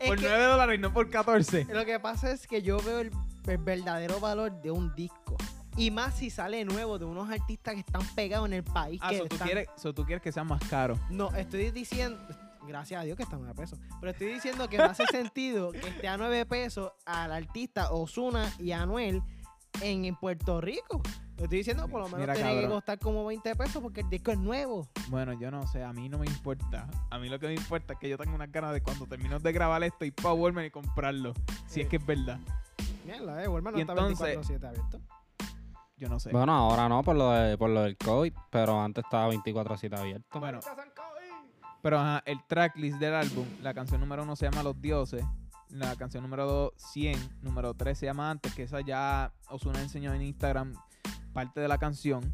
Speaker 1: por
Speaker 3: que
Speaker 1: 9 dólares y no por 14.
Speaker 3: Lo que pasa es que yo veo el, el verdadero valor de un disco. Y más si sale nuevo de unos artistas que están pegados en el país.
Speaker 1: Ah,
Speaker 3: que
Speaker 1: so tú,
Speaker 3: están-
Speaker 1: quieres, so tú quieres que sea más caro.
Speaker 3: No, estoy diciendo. Gracias a Dios que está a 9 pesos. Pero estoy diciendo que no
Speaker 1: (laughs)
Speaker 3: hace sentido que esté a 9 pesos al artista Osuna y Anuel en, en Puerto Rico. Lo estoy diciendo, por lo menos
Speaker 1: Mira,
Speaker 3: tiene que
Speaker 1: cabrón.
Speaker 3: costar como 20 pesos porque el disco es nuevo.
Speaker 1: Bueno, yo no sé, a mí no me importa. A mí lo que me importa es que yo tengo unas ganas de cuando termino de grabar esto ir para Walmart y comprarlo. Si es que es verdad.
Speaker 3: Mierda, eh, Walmart no
Speaker 1: Y
Speaker 3: está
Speaker 1: entonces-
Speaker 3: 24-7 abierto.
Speaker 1: Yo no sé.
Speaker 2: Bueno, ahora no por lo, de, por lo del COVID, pero antes estaba 24-7 abierto.
Speaker 1: Bueno. Pero ajá, el tracklist del álbum, la canción número uno se llama Los Dioses, la canción número 2, 100, número 3 se llama Antes, que esa ya Osuna enseñó en Instagram parte de la canción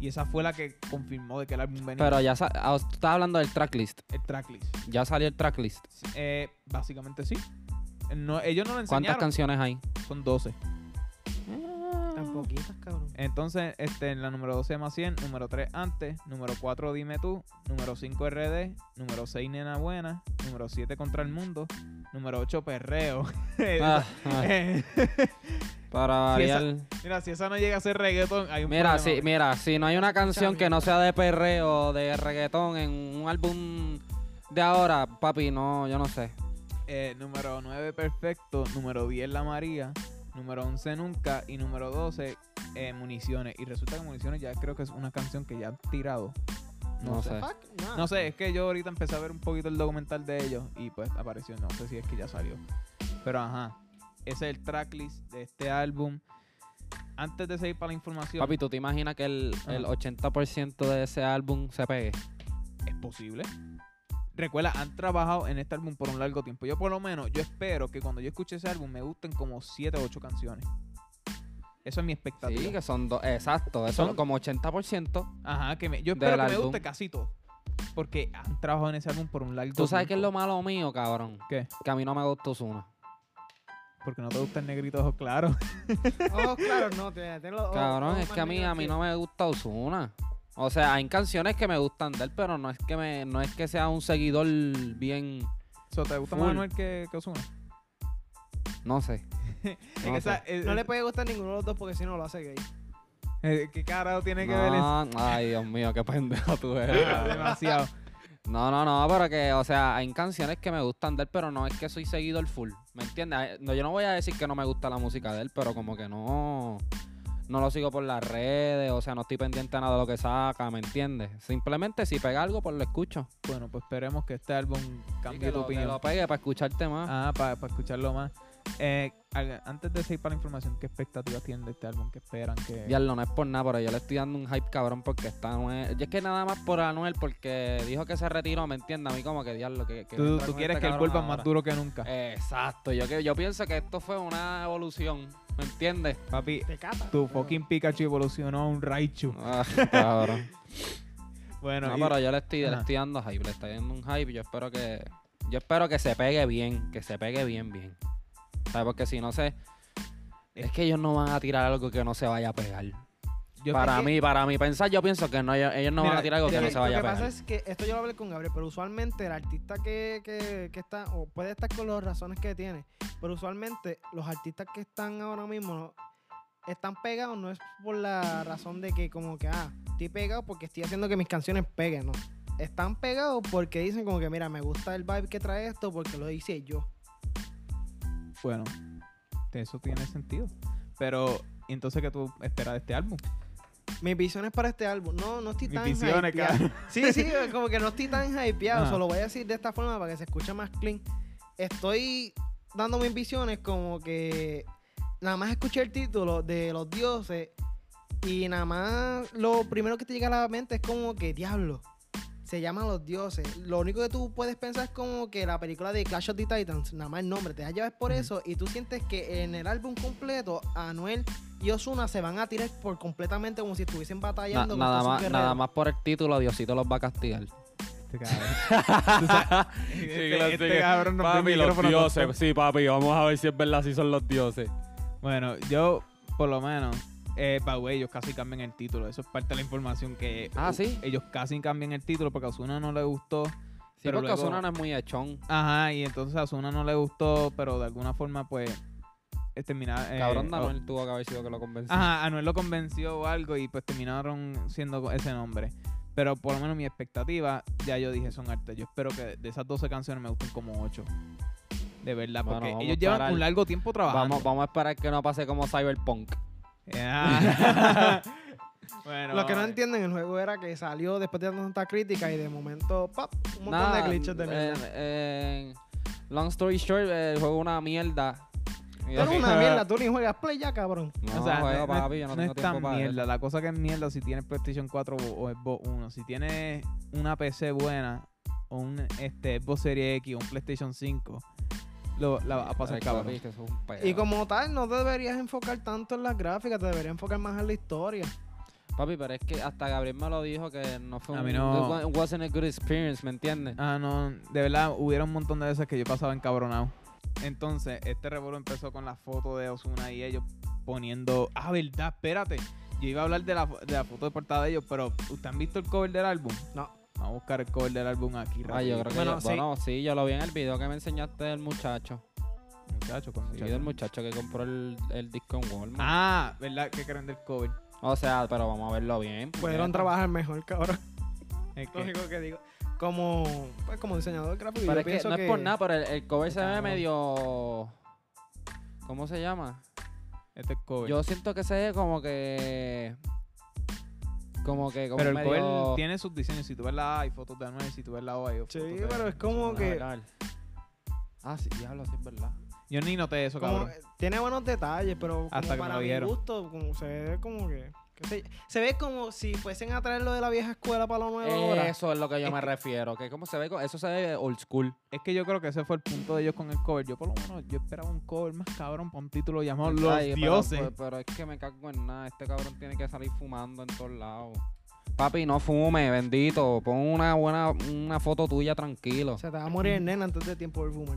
Speaker 1: y esa fue la que confirmó de que el álbum venía
Speaker 2: Pero ya sa- ah, tú estabas hablando del tracklist.
Speaker 1: el tracklist.
Speaker 2: Ya salió el tracklist.
Speaker 1: Eh, básicamente sí. No, ellos no lo
Speaker 2: ¿Cuántas
Speaker 1: enseñaron,
Speaker 2: canciones hay?
Speaker 1: son 12.
Speaker 3: Tan poquitas, cabrón.
Speaker 1: Entonces, este, en la número 2 se llama 100, número 3 antes, número 4 dime tú, número 5 RD, número 6 nena buena, número 7 contra el mundo, número 8 perreo. (laughs)
Speaker 2: Ah, ah, para
Speaker 1: Sí, esa-
Speaker 2: variar.
Speaker 1: mira, si esa no llega a ser reggaetón, hay un
Speaker 2: Mira,
Speaker 1: problema.
Speaker 2: si, mira, si no hay una canción que no sea de perreo o de reggaetón en un álbum de ahora, papi, no, yo no sé.
Speaker 1: Eh, número 9 perfecto, número 10 la María, número 11 nunca y número 12 eh, municiones. Y resulta que municiones ya creo que es una canción que ya han tirado.
Speaker 2: No, sé.
Speaker 3: Fuck, nah.
Speaker 1: No sé, es que yo ahorita empecé a ver un poquito el documental de ellos y pues apareció, no sé si es que ya salió. Pero ajá, ese es el tracklist de este álbum. Antes de seguir para la información,
Speaker 2: Papi, ¿tú te imaginas que el,
Speaker 1: Ajá.
Speaker 2: el 80% de ese álbum se pegue?
Speaker 1: es posible. Recuerda, han trabajado en este álbum por un largo tiempo. Yo por lo menos, yo espero que cuando yo escuche ese álbum me gusten como 7 o 8 canciones. Eso es mi expectativa.
Speaker 2: Sí, que son dos. Exacto, eso
Speaker 1: Son-
Speaker 2: como 80%.
Speaker 1: Ajá, que me- yo espero
Speaker 2: Del
Speaker 1: que me
Speaker 2: álbum.
Speaker 1: guste casi todo. porque han trabajado en ese álbum por un largo
Speaker 2: ¿Tú sabes qué es
Speaker 1: tiempo.
Speaker 2: lo malo mío, cabrón?
Speaker 1: ¿Qué?
Speaker 2: Que a mí no me gusta Ozuna.
Speaker 1: Porque no te gusta el negrito (laughs) ojo claro.
Speaker 3: Oh, claro, no, te, te lo-
Speaker 2: Cabrón,
Speaker 3: oh,
Speaker 2: es que a mí,
Speaker 3: maldito,
Speaker 2: a mí
Speaker 3: sí.
Speaker 2: no me gusta Ozuna. O sea, hay canciones que me gustan de él, pero no es que me, no es que sea un seguidor bien,
Speaker 1: So, ¿Te gusta
Speaker 2: Full.
Speaker 1: más Anuel que, que Ozuna?
Speaker 2: no (laughs) sé.
Speaker 1: Es
Speaker 2: No
Speaker 1: que
Speaker 2: sé.
Speaker 1: esa- eh, es-
Speaker 3: No le puede gustar ninguno de los dos porque si no lo hace gay.
Speaker 1: eh, ¿Qué carajo tiene que ver eso?
Speaker 2: No, ay, Dios mío, qué pendejo tú eres. (laughs)
Speaker 1: Ah, Demasiado.
Speaker 2: No, no, no, pero que, o sea, hay canciones que me gustan de él, pero no es que soy seguidor full, ¿me entiendes? Ah, No, yo no voy a decir que no me gusta la música de él, pero como que no, no lo sigo por las redes, o sea, no estoy pendiente a nada de lo que saca, ¿me entiendes? Simplemente si pega algo, pues lo escucho.
Speaker 1: Bueno, pues esperemos que este álbum
Speaker 2: Sí,
Speaker 1: cambie
Speaker 2: que
Speaker 1: tu
Speaker 2: lo, que
Speaker 1: opinión.
Speaker 2: lo pegue para escucharte más.
Speaker 1: Ah, para escucharlo más. Eh, al- antes de seguir para la información, ¿qué expectativas tienen de este álbum? ¿Qué esperan? ¿Qué...
Speaker 2: Diablo, no es por nada, pero yo le estoy dando un hype cabrón porque está Anuel. Yo es que nada más por Anuel porque dijo que se retiró, ¿me entiendes? A mí como que diablo, que, que
Speaker 1: tú
Speaker 2: entra
Speaker 1: tú
Speaker 2: con
Speaker 1: quieres
Speaker 2: este
Speaker 1: que el
Speaker 2: cabrón
Speaker 1: vuelva más
Speaker 2: ahora.
Speaker 1: duro que nunca.
Speaker 2: Exacto, yo, que- yo pienso que esto fue una evolución,
Speaker 1: (laughs)
Speaker 2: ¿me entiendes?
Speaker 1: Papi,
Speaker 3: Te cata.
Speaker 1: tu fucking Pikachu evolucionó a un Raichu.
Speaker 2: Ah, cabrón.
Speaker 1: Bueno,
Speaker 2: No,
Speaker 1: y-
Speaker 2: pero yo le estoy, le
Speaker 1: Ajá.
Speaker 2: estoy dando hype, le estoy dando un hype. Yo espero que. Yo espero que se pegue bien, que se pegue bien, bien. ¿Sabes? Porque si no se. Es que ellos no van a tirar algo que no se vaya a pegar.
Speaker 1: yo-
Speaker 2: para
Speaker 3: que-
Speaker 2: mí, para mí pensar, yo pienso que no, ellos, ellos no van
Speaker 1: Mira,
Speaker 2: a tirar algo
Speaker 1: es
Speaker 2: que no
Speaker 1: que
Speaker 2: se vaya
Speaker 3: lo
Speaker 2: a
Speaker 3: que
Speaker 2: pegar.
Speaker 3: pasa es que esto yo lo hablé con Gabriel, pero usualmente el artista que, que- que está, o puede estar con las razones que tiene, pero usualmente los artistas que están ahora mismo no- están pegados no es por la razón de que como que, ah, estoy pegado porque estoy haciendo que mis canciones peguen, no. Están pegados porque dicen como que, mira, me gusta el vibe que trae esto porque lo hice yo.
Speaker 1: Bueno, de eso tiene sentido. Pero, ¿y entonces, ¿qué tú esperas de este álbum?
Speaker 3: Mis visiones para este álbum. No, no estoy
Speaker 1: Mis
Speaker 3: tan
Speaker 1: visiones, Ah.
Speaker 3: hypeado.
Speaker 1: cabrón. (laughs)
Speaker 3: Sí, sí, como que no estoy tan hypeado.
Speaker 1: Ajá.
Speaker 3: Solo voy a decir de esta forma para que se escuche más clean. Estoy dando mis visiones como que nada más escuché el título de Los Dioses y nada más lo primero que te llega a la mente es como que diablo. Se llama Los Dioses. Lo único que tú puedes pensar es como que la película de Clash of the Titans, nada más el nombre, te vas a llevar por
Speaker 1: Ujú.
Speaker 3: eso y tú sientes que en el álbum completo Anuel y Osuna se van a tirar por completamente como si estuviesen
Speaker 2: Na-
Speaker 3: batallando.
Speaker 2: nada,
Speaker 3: contra sus
Speaker 2: más, nada
Speaker 3: guerreros.
Speaker 2: más por el título, Diosito los va
Speaker 1: (laughs)
Speaker 2: a castigar.
Speaker 1: Este (laughs) cabrón. Tú sabes, este, este cabrón rompió el micrófono con todo.
Speaker 2: sí, papi, vamos a ver si es verdad si son los dioses.
Speaker 1: Bueno, yo, por lo menos, eh, by the way, ellos casi cambian el título. Eso es parte de la información que.
Speaker 2: Ah,
Speaker 1: u-
Speaker 2: ¿sí?
Speaker 1: Ellos casi cambian el título porque a Ozuna no le gustó.
Speaker 2: Sí,
Speaker 1: Pero
Speaker 2: porque
Speaker 1: luego-
Speaker 2: Ozuna no es muy echón.
Speaker 1: Ajá, y entonces a Ozuna no le gustó, pero de alguna forma, pues. eh, termina- eh,
Speaker 2: Cabrón,
Speaker 1: o-
Speaker 2: Daniel tuvo que haber sido que lo convenció.
Speaker 1: Ajá, Anuel lo convenció o algo y pues terminaron siendo ese nombre. Pero por lo menos mi expectativa, ya yo dije, son artes. Yo espero que de esas 12 canciones me gusten como 8. De verdad,
Speaker 2: Bueno,
Speaker 1: porque
Speaker 2: vamos
Speaker 1: ellos
Speaker 2: a
Speaker 1: llevan
Speaker 2: parar.
Speaker 1: un largo tiempo trabajando.
Speaker 2: Vamos, vamos a esperar que no pase como Cyberpunk.
Speaker 1: (laughs) Ya. bueno,
Speaker 3: Lo que no
Speaker 1: vale.
Speaker 3: entienden el juego era que salió después de tanta crítica y de momento, pop, un montón
Speaker 2: Nada,
Speaker 3: de glitches de
Speaker 2: eh,
Speaker 3: mierda.
Speaker 2: eh, long story short, el juego es una mierda. Y
Speaker 3: Tú eres
Speaker 2: ok.
Speaker 3: una mierda, tú ni juegas play ya, cabrón.
Speaker 2: No,
Speaker 1: o sea,
Speaker 2: juego,
Speaker 1: no, no
Speaker 2: papi, yo
Speaker 1: es-
Speaker 2: no,
Speaker 1: no
Speaker 2: tengo
Speaker 1: es tan
Speaker 2: tiempo para eso.
Speaker 1: mierda. La cosa que es mierda si tienes PlayStation 4 o, o Xbox 1. Si tienes una PC buena o un este, Xbox Series X o un PlayStation 5, lo, la vas a pasar
Speaker 2: Ay,
Speaker 1: cabrón.
Speaker 2: papi, que eso es un pedo.
Speaker 3: Y como tal, no te deberías enfocar tanto en las gráficas, te deberías enfocar más en la historia.
Speaker 2: Papi, pero es que hasta Gabriel me lo dijo que no fue
Speaker 1: A
Speaker 2: un,
Speaker 1: mí no.
Speaker 2: it wasn't a good experience, ¿me entiendes?
Speaker 1: Ah, no, de verdad, hubiera un montón de veces que yo pasaba encabronado. Entonces, este revuelo empezó con la foto de Osuna y ellos poniendo. Ah, verdad, espérate. Yo iba a hablar de la, fo- de la foto de portada de ellos, pero ¿ustedes han visto el cover del álbum?
Speaker 3: No.
Speaker 1: Vamos a buscar el cover del álbum aquí,
Speaker 2: Ah, yo
Speaker 1: rapidito.
Speaker 2: creo que
Speaker 3: Bueno,
Speaker 2: yo-
Speaker 3: sí.
Speaker 2: bueno, sí, yo lo vi en el video que me enseñaste del muchacho.
Speaker 1: Muchacho, con
Speaker 2: Sí,
Speaker 1: muchacho.
Speaker 2: del muchacho que compró el, el disco en Walmart.
Speaker 1: Ah, ¿verdad? ¿Qué creen del cover?
Speaker 2: O sea, pero vamos a verlo bien.
Speaker 3: Ah. Pudieron
Speaker 2: puñeta.
Speaker 3: trabajar mejor, cabrón.
Speaker 1: Es que-
Speaker 3: (laughs) Lo único que digo. Como, pues, como diseñador gráfico,
Speaker 2: Pero
Speaker 3: yo
Speaker 2: es que
Speaker 3: pienso
Speaker 2: no
Speaker 3: que
Speaker 2: es por nada, pero el, el cover se ve
Speaker 1: Cabrón.
Speaker 2: medio... ¿Cómo se llama?
Speaker 1: este es cover.
Speaker 2: Yo siento que se ve como que... Como que... Como
Speaker 1: pero el
Speaker 2: medio...
Speaker 1: cover tiene sus diseños. Si tú ves la A, hay fotos de Anuel. Si tú ves la O, hay fotos
Speaker 3: Sí,
Speaker 1: de-
Speaker 3: pero es como
Speaker 2: Ah,
Speaker 3: que.
Speaker 2: verdad. Ah, sí, diablo, sí es verdad.
Speaker 1: Yo ni noté eso,
Speaker 3: como-
Speaker 1: cabrón.
Speaker 3: tiene buenos detalles, pero como
Speaker 1: Hasta que me
Speaker 3: para
Speaker 1: lo
Speaker 3: mi
Speaker 1: dijeron.
Speaker 3: gusto, como se ve como que. qué sé yo. se ve como si fuesen a traer lo de la vieja escuela para lo nuevo ahora.
Speaker 2: Eso es lo que yo
Speaker 1: Es
Speaker 2: me
Speaker 1: que-
Speaker 2: refiero. Que como se ve, co- eso se ve old school.
Speaker 1: Es que yo creo que ese fue el punto de ellos con el cover. Yo por lo menos yo esperaba un cover más cabrón para un título llamado Los
Speaker 2: Ay, pero-
Speaker 1: Dioses.
Speaker 2: Pero, pero es que me cago en nada. Este cabrón tiene que salir fumando en todos lados. Papi, no fume, bendito. Pon una buena una foto tuya tranquilo.
Speaker 3: Se te va a morir el nena antes de tiempo del fumar.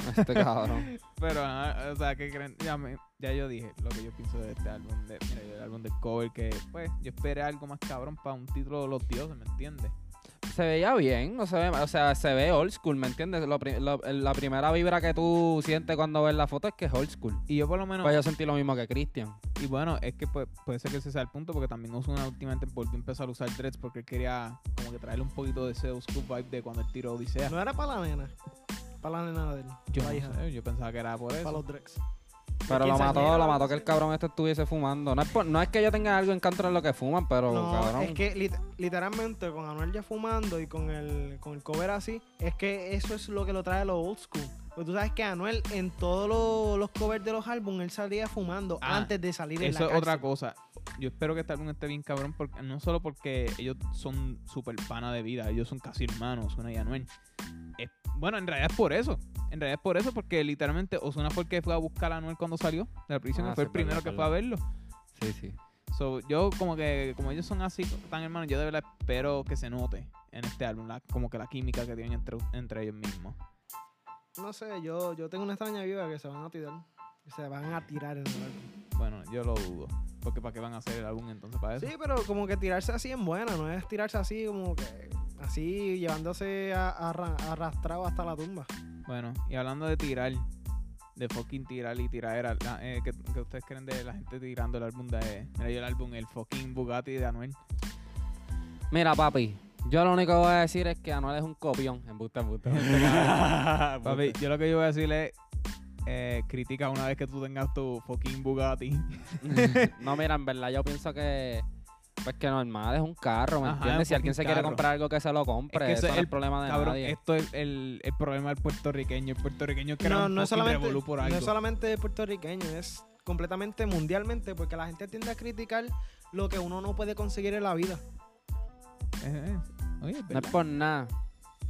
Speaker 3: (laughs)
Speaker 2: Este cabrón.
Speaker 1: Pero, ajá, o sea, ¿qué creen? Ya, me- ya yo dije lo que yo pienso de este álbum, de, mira, del álbum del cover, que pues yo esperé algo más cabrón para un título de los dioses, ¿me entiendes?
Speaker 2: Se veía bien, no se ve, o sea, se ve old school, ¿me entiendes? Lo pri- lo- la primera vibra que tú sientes cuando ves la foto es que es old school.
Speaker 1: Y yo por lo menos,
Speaker 2: Pues yo sentí lo mismo que Christian.
Speaker 1: y bueno, es que pues, puede ser que ese sea el punto, porque también Ozuna últimamente volvió a empezar a usar dreads porque él quería como que traerle un poquito de ese old school vibe de cuando él tiró Odisea.
Speaker 3: No era para la nena. Para la nena de él.
Speaker 1: yo,
Speaker 3: la
Speaker 1: no
Speaker 3: hija.
Speaker 1: sé, yo pensaba que era por
Speaker 3: Para
Speaker 1: eso.
Speaker 3: los Drex.
Speaker 2: Pero
Speaker 3: ¿Quién
Speaker 2: lo
Speaker 3: se
Speaker 2: mató,
Speaker 3: entera?
Speaker 2: lo mató que el cabrón este estuviese fumando. No es, por- no es que yo tenga algo en contra de lo que fuman,
Speaker 1: Oh,
Speaker 2: pero
Speaker 3: No,
Speaker 2: cabrón.
Speaker 3: es que lit- literalmente con Anuel ya fumando y con el, con el cover así, es que eso es lo que lo trae a lo old school. Porque tú sabes que Anuel en todos los- los covers de los álbumes, él salía fumando
Speaker 1: Ah,
Speaker 3: antes de salir en la
Speaker 1: Eso es otra
Speaker 3: cárcel.
Speaker 1: cosa. Yo espero que este álbum esté bien cabrón, porque, no solo porque ellos son super pana de vida, ellos son casi hermanos, Osuna y Anuel. Es- bueno, en realidad es por eso. En realidad es por eso, porque literalmente Osuna fue el que fue a buscar a Anuel cuando salió de la prisión,
Speaker 2: Ah,
Speaker 1: y fue el
Speaker 2: sí, es
Speaker 1: primero
Speaker 2: verdad,
Speaker 1: que
Speaker 2: es
Speaker 1: fue a verlo.
Speaker 2: Sí, sí.
Speaker 1: So, yo como que, como ellos son así, tan hermanos, yo de verdad espero que se note en este álbum, la- como que la química que tienen entre, entre ellos mismos.
Speaker 3: No sé, yo, yo tengo una extraña viva que se van a tirar. que Se van a tirar en el álbum.
Speaker 1: Bueno, yo lo dudo. Porque para qué van a hacer el álbum entonces para eso.
Speaker 3: Sí, pero como que tirarse así en buena, no es tirarse así como que así llevándose a- arra- arrastrado hasta la tumba.
Speaker 1: Bueno, y hablando de tirar, de fucking tirar y tiradera, la- eh, ¿qué, qué ustedes creen de la gente tirando el álbum de. Mira, yo el álbum, el fucking Bugatti de Anuel.
Speaker 2: Mira, papi, yo lo único que voy a decir es que Anuel es un copión. En busta, en
Speaker 1: (laughs)
Speaker 3: Ah,
Speaker 1: Papi, yo lo que yo voy a decirle es. eh, critica una vez que tú tengas tu fucking Bugatti. (laughs)
Speaker 2: no, mira, en verdad yo pienso que. Pues que normal, es un carro, ¿me
Speaker 1: Ajá,
Speaker 2: entiendes?
Speaker 1: es
Speaker 2: Si
Speaker 1: un
Speaker 2: alguien se quiere
Speaker 1: carro.
Speaker 2: comprar algo que se lo compre,
Speaker 1: Es que ese es
Speaker 2: eso no es
Speaker 1: el-
Speaker 2: el problema de
Speaker 1: Cabrón, este.
Speaker 2: nadie.
Speaker 1: esto es el, el problema del puertorriqueño. El puertorriqueño crea
Speaker 3: No,
Speaker 1: un
Speaker 3: no es
Speaker 1: fucking
Speaker 3: solamente,
Speaker 1: revolú por algo.
Speaker 3: no es solamente puertorriqueño, es completamente mundialmente, porque la gente tiende a criticar lo que uno no puede conseguir en la vida.
Speaker 1: Eh, eh, Oye, es
Speaker 2: No es
Speaker 1: verdad.
Speaker 2: por nada.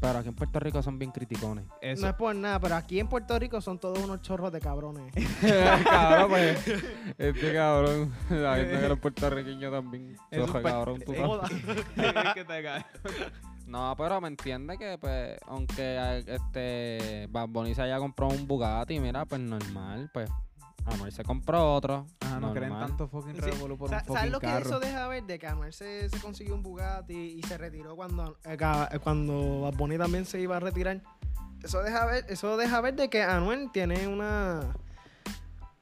Speaker 2: Pero aquí en Puerto Rico son
Speaker 1: (laughs)
Speaker 2: bien criticones. (laughs)
Speaker 1: Eso.
Speaker 3: No es por nada, pero aquí en Puerto Rico son todos unos chorros de
Speaker 1: (laughs)
Speaker 3: cabrones.
Speaker 2: cabrón, pues. Este cabrón. La gente que era puertorriqueño también.
Speaker 1: Eso es
Speaker 2: Soja,
Speaker 1: pa-
Speaker 2: cabrón, tú
Speaker 1: eh,
Speaker 2: también.
Speaker 3: Joda.
Speaker 1: (laughs) Es que te cae.
Speaker 2: No, pero me entiende que, pues, aunque eh, este Bad Bunny se haya comprado un Bugatti, mira, pues normal, pues. Anuel se compró otro.
Speaker 1: Ajá, no creen
Speaker 2: normal.
Speaker 1: tanto fucking
Speaker 3: Sí.
Speaker 1: revolú por un
Speaker 3: Sa-
Speaker 1: fucking
Speaker 3: ¿Sabes lo que
Speaker 1: carro.
Speaker 3: eso deja ver? De que Anuel se, se consiguió un Bugatti y se retiró cuando, eh, ca- eh, cuando Bad Bunny también se iba a retirar. Eso deja ver, eso deja ver de que Anuel tiene una.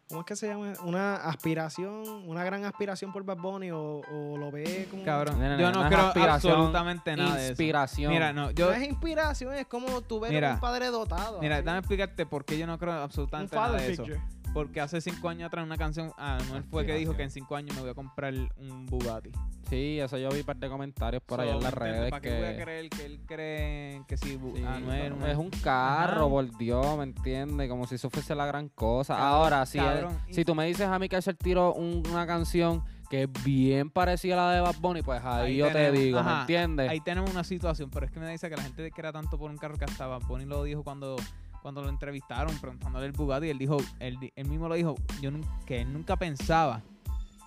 Speaker 3: ¿Cómo es que se llama? Una aspiración, una gran aspiración por Bad Bunny o, o lo ve como.
Speaker 1: Cabrón,
Speaker 2: Nena,
Speaker 1: yo
Speaker 2: no
Speaker 1: no
Speaker 2: es
Speaker 1: creo
Speaker 2: aspiración,
Speaker 1: absolutamente nada de eso.
Speaker 2: Inspiración.
Speaker 1: Mira, no, yo.
Speaker 3: No es inspiración, es como tú ves
Speaker 1: Mira,
Speaker 3: un padre dotado.
Speaker 1: Mira,
Speaker 3: así.
Speaker 1: déjame explicarte por qué yo no creo
Speaker 3: un
Speaker 1: absolutamente nada
Speaker 3: father
Speaker 1: de eso.
Speaker 3: figure.
Speaker 1: Porque hace cinco años atrás una canción, ah, no él fue que dijo que en cinco años me voy a comprar un Bugatti.
Speaker 2: Sí, eso yo vi par de comentarios por allá en las
Speaker 1: So, ¿me entiendes?
Speaker 2: redes
Speaker 1: ¿Para qué voy a Ah,
Speaker 2: que.
Speaker 1: creer que él cree que si Bu-
Speaker 2: Sí,
Speaker 1: Anuel
Speaker 2: es un carro,
Speaker 1: Ajá.
Speaker 2: por Dios, ¿me entiendes? Como si eso fuese la gran cosa.
Speaker 1: Cabrón,
Speaker 2: Ahora, si,
Speaker 1: cabrón,
Speaker 2: si tú me dices a mí que él se tiró un- una canción que es bien parecida a la de Bad Bunny, pues ahí,
Speaker 1: Ahí
Speaker 2: yo
Speaker 1: tenemos,
Speaker 2: te digo,
Speaker 1: ajá,
Speaker 2: ¿me entiendes?
Speaker 1: Ahí tenemos una situación, pero es que me dice que la gente que era tanto por un carro que hasta Bad Bunny lo dijo cuando, cuando lo entrevistaron, preguntándole el Bugatti, él dijo, él, di- él mismo lo dijo, yo nun- que él nunca pensaba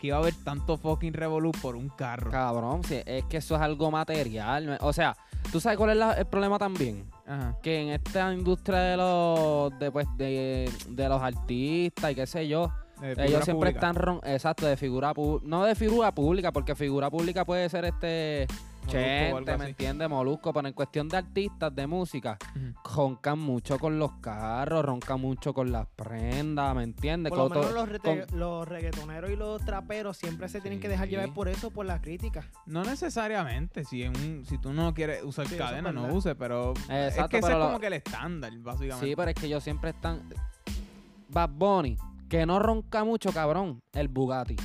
Speaker 1: que iba a haber tanto fucking revolú por un carro.
Speaker 2: Cabrón, si es que eso es algo material. no es- O sea, ¿tú sabes cuál es la- el problema también?
Speaker 1: Ajá.
Speaker 2: Que en esta industria de los, de, pues, de, de los artistas y qué sé yo,
Speaker 1: De
Speaker 2: ellos
Speaker 1: figura
Speaker 2: siempre
Speaker 1: pública.
Speaker 2: están, ron- exacto, de figura pública. No de figura pública, porque figura pública puede ser este...
Speaker 1: Molusco o algo
Speaker 2: Chente,
Speaker 1: así.
Speaker 2: ¿me entiendes? Molusco, pero en cuestión de artistas, de música,
Speaker 1: Ujú.
Speaker 2: roncan mucho con los carros, roncan mucho con las prendas, ¿me entiendes?
Speaker 3: Por lo
Speaker 2: Con to-
Speaker 3: menos los, rete-
Speaker 2: con-
Speaker 3: los reggaetoneros y los traperos siempre se tienen que
Speaker 2: Sí.
Speaker 3: dejar llevar por eso, por las críticas.
Speaker 1: No necesariamente, si, en un, si tú no quieres usar
Speaker 3: Sí, eso es
Speaker 1: cadena, no
Speaker 3: verdad.
Speaker 1: uses, pero es
Speaker 2: Exacto,
Speaker 1: que ese es
Speaker 2: pero lo-
Speaker 1: como que el estándar, básicamente.
Speaker 2: Sí, pero es que ellos siempre están. Bad Bunny, que no ronca mucho, cabrón, el Bugatti.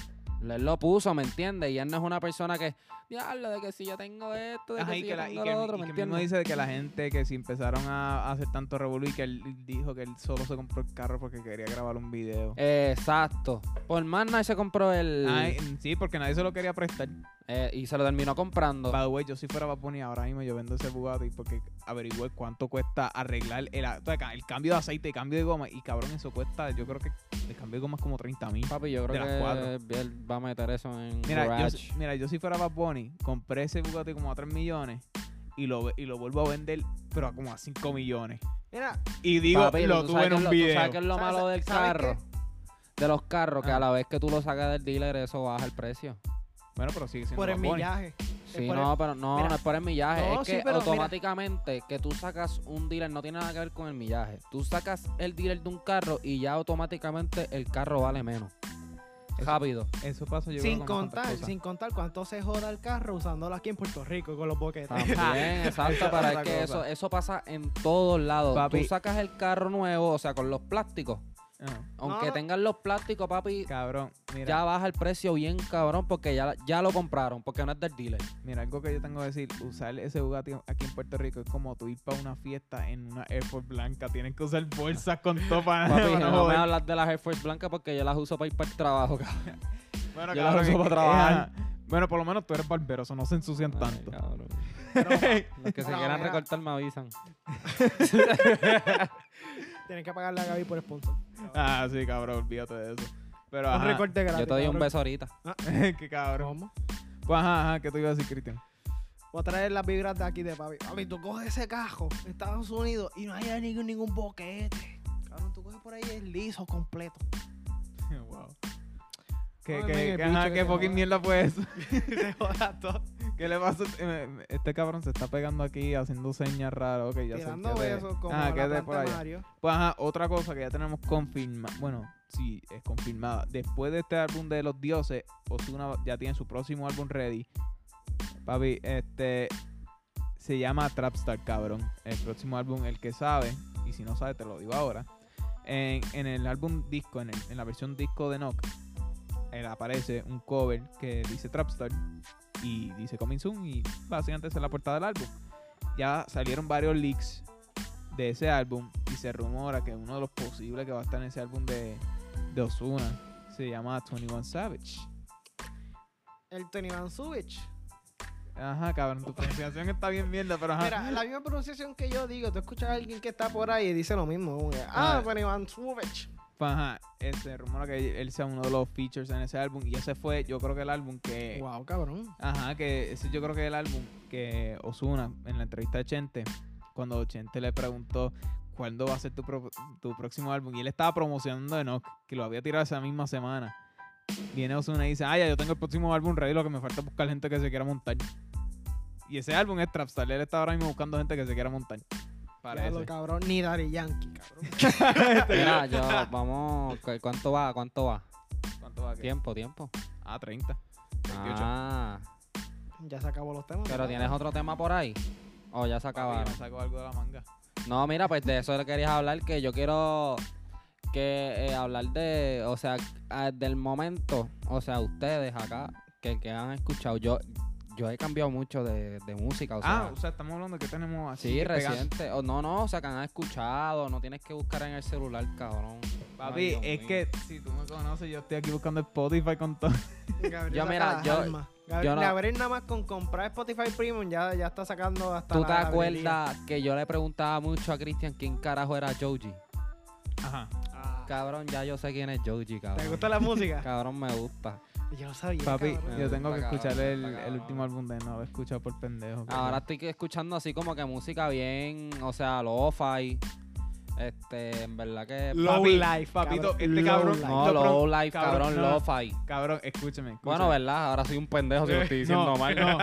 Speaker 2: Él lo puso, ¿me entiendes? Y él no es una persona que, diablo, de que si yo tengo esto, de que
Speaker 1: Ajá, y
Speaker 2: si
Speaker 1: que,
Speaker 2: yo
Speaker 1: la, y
Speaker 2: tengo
Speaker 1: que-
Speaker 2: lo otro,
Speaker 1: y
Speaker 2: ¿me
Speaker 1: que mismo
Speaker 2: entiendes?
Speaker 1: dice que la gente que si empezaron a, a hacer tanto revolú y que él dijo que él solo se compró el carro porque quería grabar un video.
Speaker 2: Exacto. Por más nadie se compró el...
Speaker 1: Ay, sí, porque nadie se lo quería prestar.
Speaker 2: Eh, y se lo terminó comprando.
Speaker 1: By the way, yo si fuera Bad Bunny ahora mismo, yo vendo ese Bugatti porque averigüé cuánto cuesta arreglar el, a- o sea, ca- el cambio de aceite, el cambio de goma. Y cabrón, eso cuesta, yo creo que el cambio de goma es como 30 mil.
Speaker 2: Papi, yo creo
Speaker 1: de las cuatro.
Speaker 2: que él va a meter eso en
Speaker 1: Mira yo,
Speaker 2: garage.
Speaker 1: si- mira, yo si fuera Bad Bunny, compré ese Bugatti como a 3 millones y lo, ve- y lo vuelvo a vender, pero a como a 5 millones.
Speaker 3: Mira,
Speaker 1: Y digo,
Speaker 2: Papi, pero
Speaker 1: lo
Speaker 2: tú
Speaker 1: tuve
Speaker 2: sabes
Speaker 1: en
Speaker 2: que
Speaker 1: un
Speaker 2: es lo-
Speaker 1: video.
Speaker 2: Tú sabes que es lo
Speaker 3: ¿Sabes-
Speaker 2: malo del
Speaker 3: sabes qué?
Speaker 2: carro. De los carros, que
Speaker 1: Ah.
Speaker 2: a la vez que tú lo sacas del dealer, eso baja el precio.
Speaker 1: Bueno, pero sigue siendo
Speaker 3: por el
Speaker 1: Bad Bunny.
Speaker 3: millaje.
Speaker 2: Sí,
Speaker 3: por
Speaker 2: no, pero no,
Speaker 3: mira.
Speaker 2: no es por el millaje.
Speaker 3: No,
Speaker 2: es
Speaker 3: sí,
Speaker 2: que
Speaker 3: pero mira.
Speaker 2: automáticamente que tú sacas un dealer no tiene nada que ver con el millaje. Tú sacas el dealer de un carro y ya automáticamente el carro vale menos.
Speaker 1: Eso-
Speaker 2: Rápido.
Speaker 1: Eso pasa yo
Speaker 3: Sin
Speaker 1: creo, con
Speaker 3: contar,
Speaker 1: bastantes cosas.
Speaker 3: sin contar cuánto se joda el carro usándolo aquí en Puerto Rico con los boquetes.
Speaker 1: Ah.
Speaker 2: También, exacto, pero es
Speaker 1: otra
Speaker 2: que eso,
Speaker 1: cosa.
Speaker 2: eso pasa en todos lados.
Speaker 1: Papi.
Speaker 2: Tú sacas el carro nuevo, o sea, con los plásticos.
Speaker 1: Ah,
Speaker 2: Aunque
Speaker 3: no.
Speaker 2: tengan los plásticos, papi,
Speaker 1: cabrón, mira.
Speaker 2: ya baja el precio bien cabrón porque ya, ya lo compraron, porque no es del dealer.
Speaker 1: Mira, algo que yo tengo que decir, usar ese Bugatti aquí en Puerto Rico es como tú ir para una fiesta en una Air Force blanca. Tienes que usar bolsas
Speaker 2: (laughs)
Speaker 1: con topa.
Speaker 2: Papi, no me hablas de las Air Force blancas porque yo las uso para ir para el trabajo, cabrón.
Speaker 1: bueno,
Speaker 2: yo las uso
Speaker 1: es
Speaker 2: para
Speaker 1: que-
Speaker 2: trabajar.
Speaker 1: Ajá. Bueno, por lo menos tú eres barbero, eso no se ensucian
Speaker 2: Ay,
Speaker 1: tanto.
Speaker 2: cabrón.
Speaker 1: (laughs) Pero-
Speaker 2: Los que se
Speaker 3: No,
Speaker 2: quieran
Speaker 3: mira.
Speaker 2: recortar me avisan.
Speaker 3: Tienes que pagarle a Gaby por sponsor.
Speaker 1: ah, sí, cabrón, olvídate de eso. Pero
Speaker 3: Un
Speaker 1: ajá,
Speaker 3: recorte gratis.
Speaker 2: Yo te doy un
Speaker 3: cabrón.
Speaker 2: beso ahorita.
Speaker 1: (laughs) qué cabrón.
Speaker 3: ¿Cómo?
Speaker 1: Pues ajá, ajá, ¿qué te iba a decir,
Speaker 3: (laughs)
Speaker 1: Cristian?
Speaker 3: Voy a traer las vibras de aquí de papi. Papi, tú coges ese cajo de Estados Unidos y no hay ningún, ningún boquete. Cabrón, tú coges por ahí el liso completo. (laughs)
Speaker 1: wow. ¿Qué,
Speaker 3: Ay,
Speaker 1: qué-
Speaker 3: men,
Speaker 1: qué-
Speaker 3: el
Speaker 1: ajá,
Speaker 3: bicho que
Speaker 1: qué
Speaker 3: se
Speaker 1: fucking
Speaker 3: joda.
Speaker 1: mierda fue
Speaker 3: (laughs)
Speaker 1: eso?
Speaker 3: Te
Speaker 1: (laughs)
Speaker 3: jodas todo.
Speaker 1: ¿Qué le pasa? Eh, Este cabrón se está pegando aquí haciendo señas raras. Ok, ya sé
Speaker 3: Tirando
Speaker 1: qué te-
Speaker 3: besos como
Speaker 1: Ajá,
Speaker 3: la
Speaker 1: ¿qué te
Speaker 3: planta
Speaker 1: por allá?
Speaker 3: Mario.
Speaker 1: Pues ajá, otra cosa que ya tenemos confirmada. Bueno, sí, es confirmada. Después de este álbum de los dioses, Ozuna ya tiene su próximo álbum ready. Papi, este. Se llama Trapstar, cabrón. El próximo álbum, el que sabe. Y si no sabe, te lo digo ahora. En, en el álbum disco, en, el- en la versión disco de Knock, él aparece un cover que dice Trapstar y dice Coming Soon. Y básicamente esa es la portada del álbum. Ya salieron varios leaks de ese álbum y se rumora que uno de los posibles que va a estar en ese álbum de, de Osuna se llama 21 Savage.
Speaker 3: El Tony Van Suvich.
Speaker 1: Ajá, cabrón, tu pronunciación está bien mierda, pero ajá.
Speaker 3: Mira, la misma pronunciación que yo digo, tú escuchas a alguien que está por ahí y dice lo mismo. como que, ah,
Speaker 1: Ah.
Speaker 3: Tony Van Suvich.
Speaker 1: Pues, ajá, eh, se rumora que él sea uno de los features en ese álbum y ese fue, yo creo que el álbum que...
Speaker 3: Wow, cabrón.
Speaker 1: Ajá, que ese yo creo que es el álbum que Osuna en la entrevista de Chente, cuando Chente le preguntó cuándo va a ser tu, pro- tu próximo álbum y él estaba promocionando Enoch, que lo había tirado esa misma semana. Viene Osuna y dice, ah, ya yo tengo el próximo álbum ready, lo que me falta es buscar gente que se quiera montar. Y ese álbum es Trapstar, él está ahora mismo buscando gente que se quiera montar. Para
Speaker 3: Diablo, cabrón. Ni Daddy Yankee, cabrón.
Speaker 2: (laughs) Mira, yo, vamos, cu- ¿cuánto va? ¿Cuánto va?
Speaker 1: ¿Cuánto va a quedar?
Speaker 2: Tiempo, tiempo.
Speaker 1: Ah, 30. 28.
Speaker 2: Ah,
Speaker 3: ya se acabó los temas.
Speaker 2: pero tienes otro tema por ahí. O ya se
Speaker 1: Papi, yo
Speaker 2: acabaron.
Speaker 1: me saco algo de la manga.
Speaker 2: No, mira, pues de eso le querías hablar, que yo quiero que eh, hablar de, o sea, a- del momento, o sea, ustedes acá, que, que han escuchado, yo yo he cambiado mucho de, de música, o sea,
Speaker 1: ah, o sea, estamos hablando que tenemos así.
Speaker 2: sí,
Speaker 1: que pegan-
Speaker 2: reciente, o, no, no, o sea, que han escuchado, no tienes que buscar en el celular, cabrón. Ay,
Speaker 1: Papi,
Speaker 2: Dios
Speaker 1: es
Speaker 2: mío.
Speaker 1: que si tú me conoces, yo estoy aquí buscando Spotify con todo.
Speaker 3: (laughs) Gabriel
Speaker 2: Yo,
Speaker 3: saca
Speaker 2: mira,
Speaker 3: las
Speaker 2: yo-
Speaker 3: almas. Gabriel,
Speaker 2: no-
Speaker 3: Gabriel nada más con comprar Spotify Premium ya, ya está sacando hasta
Speaker 2: ¿Tú
Speaker 3: la-
Speaker 2: te
Speaker 3: la librería.
Speaker 2: acuerdas que yo le preguntaba mucho a Cristian quién carajo era Joji?
Speaker 1: Ajá.
Speaker 3: Ah,
Speaker 2: Cabrón, ya yo sé quién es Joji,
Speaker 3: ¿Te
Speaker 2: cabrón.
Speaker 3: gusta la música?
Speaker 2: Cabrón, me gusta.
Speaker 3: yo lo sabía,
Speaker 1: Papi,
Speaker 3: cabrón.
Speaker 1: yo tengo que
Speaker 2: Está
Speaker 1: escuchar
Speaker 2: cabrón,
Speaker 1: el,
Speaker 2: está
Speaker 1: el
Speaker 2: cabrón.
Speaker 1: último álbum de él, no lo he escuchado por pendejo. pero-
Speaker 2: Ahora estoy que- escuchando así como que música bien, o sea, lo-fi. Este, en verdad que.
Speaker 1: Low
Speaker 2: Papi,
Speaker 1: life, papito,
Speaker 3: cabrón.
Speaker 1: este
Speaker 3: Low
Speaker 1: cabrón.
Speaker 3: life.
Speaker 2: No,
Speaker 1: lo pro-
Speaker 2: low life, cabrón,
Speaker 1: no.
Speaker 2: lo-fi.
Speaker 1: Cabrón, escúchame. escúchame.
Speaker 2: Bueno, ¿verdad? Ahora soy un pendejo si lo estoy diciendo
Speaker 1: Eh, no,
Speaker 2: mal.
Speaker 1: (laughs)
Speaker 2: (laughs)
Speaker 1: no.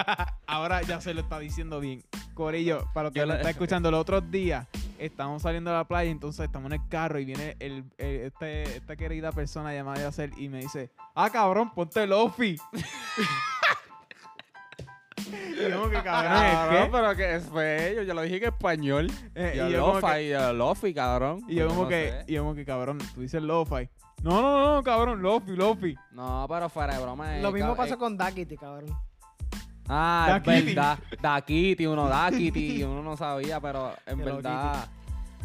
Speaker 1: Ahora ya se lo está diciendo bien. Corillo, para los que
Speaker 2: Yo
Speaker 1: lo
Speaker 2: le-
Speaker 1: están escuchando, los otros días estamos saliendo a la playa, entonces estamos en el carro y viene el, el- este, esta querida persona llamada Yacel y me dice: Ah, cabrón, ponte Lofi. (laughs) y como
Speaker 2: (laughs)
Speaker 1: que cabrón, ¿es qué?
Speaker 2: pero que es bello. Yo lo dije que español.
Speaker 1: Eh,
Speaker 2: yo
Speaker 1: y yo como
Speaker 2: lo-fi, yo lo-fi, cabrón. Pues
Speaker 1: Y yo como
Speaker 2: no
Speaker 1: que,
Speaker 2: sé.
Speaker 1: y yo como que, cabrón, tú dices lo-fi. No, no, no, cabrón, lo-fi, lo-fi.
Speaker 2: No, pero fuera de broma. eh,
Speaker 3: Lo mismo
Speaker 2: cab-
Speaker 3: pasó
Speaker 2: eh,
Speaker 3: con Daquiti, cabrón.
Speaker 2: Ah, es
Speaker 1: Daquiti.
Speaker 3: (laughs)
Speaker 2: verdad. Daquiti, uno Daquiti. uno no sabía, pero en
Speaker 3: Hello
Speaker 2: verdad.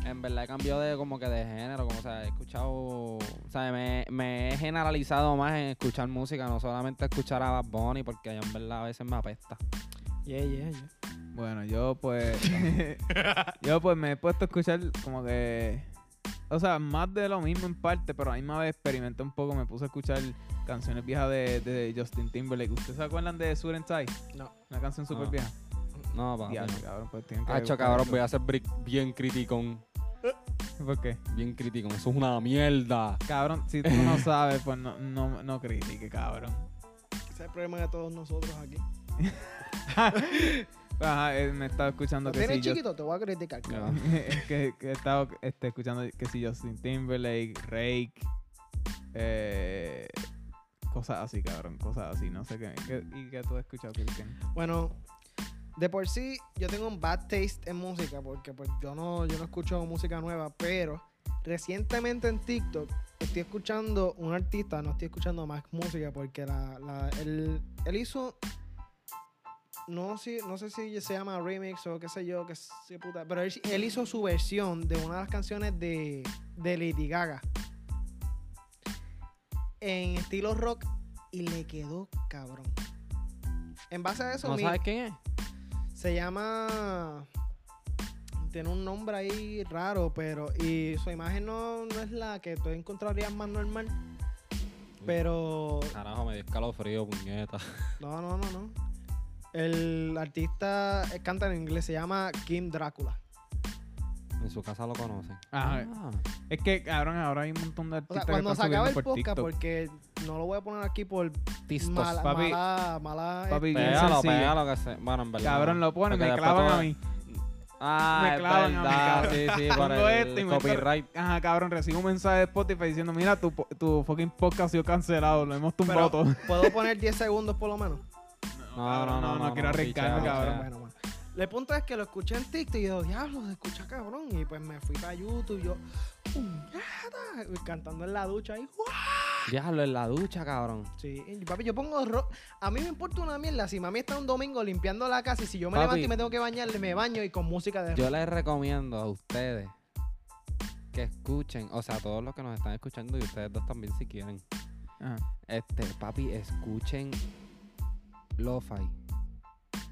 Speaker 2: En verdad he cambiado de como que de género, como o sea, he escuchado, o sea, me, me he generalizado más en escuchar música, no solamente escuchar a Bad Bunny, porque en verdad a veces me apesta.
Speaker 3: Yeah, yeah, yeah.
Speaker 1: Bueno, yo
Speaker 2: (laughs)
Speaker 1: pues. yo pues me he puesto a escuchar como que. O sea, más de lo mismo en parte, pero a la misma vez experimenté un poco. Me puse a escuchar canciones viejas de, de Justin Timberlake. ¿Ustedes se acuerdan de Sur and Tie?
Speaker 3: No.
Speaker 1: Una canción súper
Speaker 2: No.
Speaker 1: vieja.
Speaker 2: No, papi.
Speaker 1: Diablo,
Speaker 2: no.
Speaker 1: cabrón, pues tienen que.
Speaker 2: Hacho,
Speaker 1: buscar
Speaker 2: cabrón,
Speaker 1: eso.
Speaker 2: voy a ser bric- bien criticón.
Speaker 1: ¿Por qué?
Speaker 2: Bien criticón. Eso es una mierda.
Speaker 1: Cabrón, si tú
Speaker 2: (laughs)
Speaker 1: no sabes, pues no, no, no critique, cabrón.
Speaker 3: Ese es el problema de todos nosotros aquí.
Speaker 1: Ajá, eh, me estaba escuchando
Speaker 3: Lo
Speaker 1: que
Speaker 3: tienes
Speaker 1: sí. yo-
Speaker 3: chiquito, te voy a criticar, cabrón.
Speaker 1: Es (laughs) que, que he estado este, escuchando que si Justin Timberlake, Rake, eh, cosas así, cabrón, cosas así, no sé qué. qué- ¿Y qué tú has escuchado, Cristian?
Speaker 3: Bueno, de por sí yo tengo un bad taste en música porque pues yo no, yo no escucho música nueva, pero recientemente en TikTok estoy escuchando un artista, no estoy escuchando más música porque la, la- él, él hizo... No, sé- no sé si se llama remix o qué sé yo, qué sé puta, pero él, él hizo su versión de una de las canciones de, de Lady Gaga en estilo rock y le quedó cabrón. En base a eso,
Speaker 2: ¿No
Speaker 3: mi-
Speaker 2: sabes quién es?
Speaker 3: se llama. Tiene un nombre ahí raro, pero. Y su imagen no, no es la que tú encontrarías más normal.
Speaker 1: Mm.
Speaker 3: Pero.
Speaker 2: Carajo, me dio escalofrío, puñeta.
Speaker 1: Ah.
Speaker 3: No, no, no, no. El artista eh, canta en inglés, se llama Kim Drácula.
Speaker 2: En su casa lo conocen.
Speaker 1: Ajá.
Speaker 2: Ah.
Speaker 1: Es que, cabrón, ahora hay un montón de
Speaker 3: O sea,
Speaker 1: artistas que
Speaker 3: cuando se
Speaker 1: están
Speaker 3: acaba
Speaker 1: subiendo por
Speaker 3: el podcast,
Speaker 1: TikTok.
Speaker 3: porque no lo voy a poner aquí por
Speaker 2: Tistos.
Speaker 3: mala,
Speaker 1: papi.
Speaker 3: mala, mala. eh,
Speaker 1: Papi, bien
Speaker 2: Pégalo,
Speaker 1: sencillo.
Speaker 2: pégalo, que se... Bueno, en verdad.
Speaker 1: Cabrón,
Speaker 2: no.
Speaker 1: lo ponen,
Speaker 2: Porque
Speaker 1: me
Speaker 2: después
Speaker 1: clavan
Speaker 2: todo-
Speaker 1: a mí.
Speaker 2: Ah,
Speaker 1: Me
Speaker 2: es
Speaker 1: clavan a mí,
Speaker 2: verdad,
Speaker 1: cabrón. (laughs)
Speaker 2: Sí, sí, por
Speaker 1: Pongo
Speaker 2: el
Speaker 1: esto y me entero-
Speaker 2: copyright.
Speaker 1: Ajá, cabrón, recibo un mensaje de Spotify diciendo, mira, tu, po- tu fucking podcast ha sido cancelado, lo hemos tumbado
Speaker 3: Pero- (laughs)
Speaker 1: todo.
Speaker 3: ¿Puedo poner 10 segundos por lo menos?
Speaker 2: No, no, no, no,
Speaker 1: no quiero arriesgarme,
Speaker 2: pichea,
Speaker 1: cabrón.
Speaker 2: pichea.
Speaker 3: Ah, Bueno, bueno. El punto es que lo escuché en TikTok y yo, diablo, se escucha cabrón. Y pues me fui para YouTube y yo, "Puñeta", y cantando en la ducha ahí. ¡guau!
Speaker 2: Déjalo en la ducha, cabrón.
Speaker 3: Sí, y papi, yo pongo rock. A mí me importa una mierda. Si mami está un domingo limpiando la casa y si yo me
Speaker 2: Papi.
Speaker 3: levanto y me tengo que bañar, me baño y con música de
Speaker 2: Yo les recomiendo a ustedes que escuchen, o sea, a todos los que nos están escuchando y ustedes dos también si quieren.
Speaker 1: Ajá.
Speaker 2: Este, papi, escuchen Lo-Fi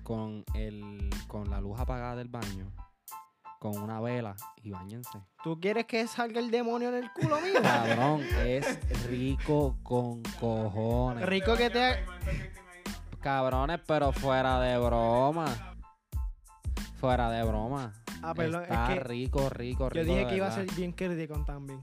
Speaker 2: con el con la luz apagada del baño, con una vela y bañense.
Speaker 3: ¿Tú quieres que salga el demonio en el culo
Speaker 2: (laughs)
Speaker 3: mío?
Speaker 2: Cabrón, es rico con cojones.
Speaker 3: (laughs) Rico que te ha-
Speaker 2: Cabrones, pero fuera de broma. Fuera de broma.
Speaker 3: Ah, perdón, es
Speaker 2: Está
Speaker 3: que
Speaker 2: rico, rico, rico.
Speaker 3: Yo dije
Speaker 2: de
Speaker 3: que iba a
Speaker 2: verdad.
Speaker 3: ser bien crítico también.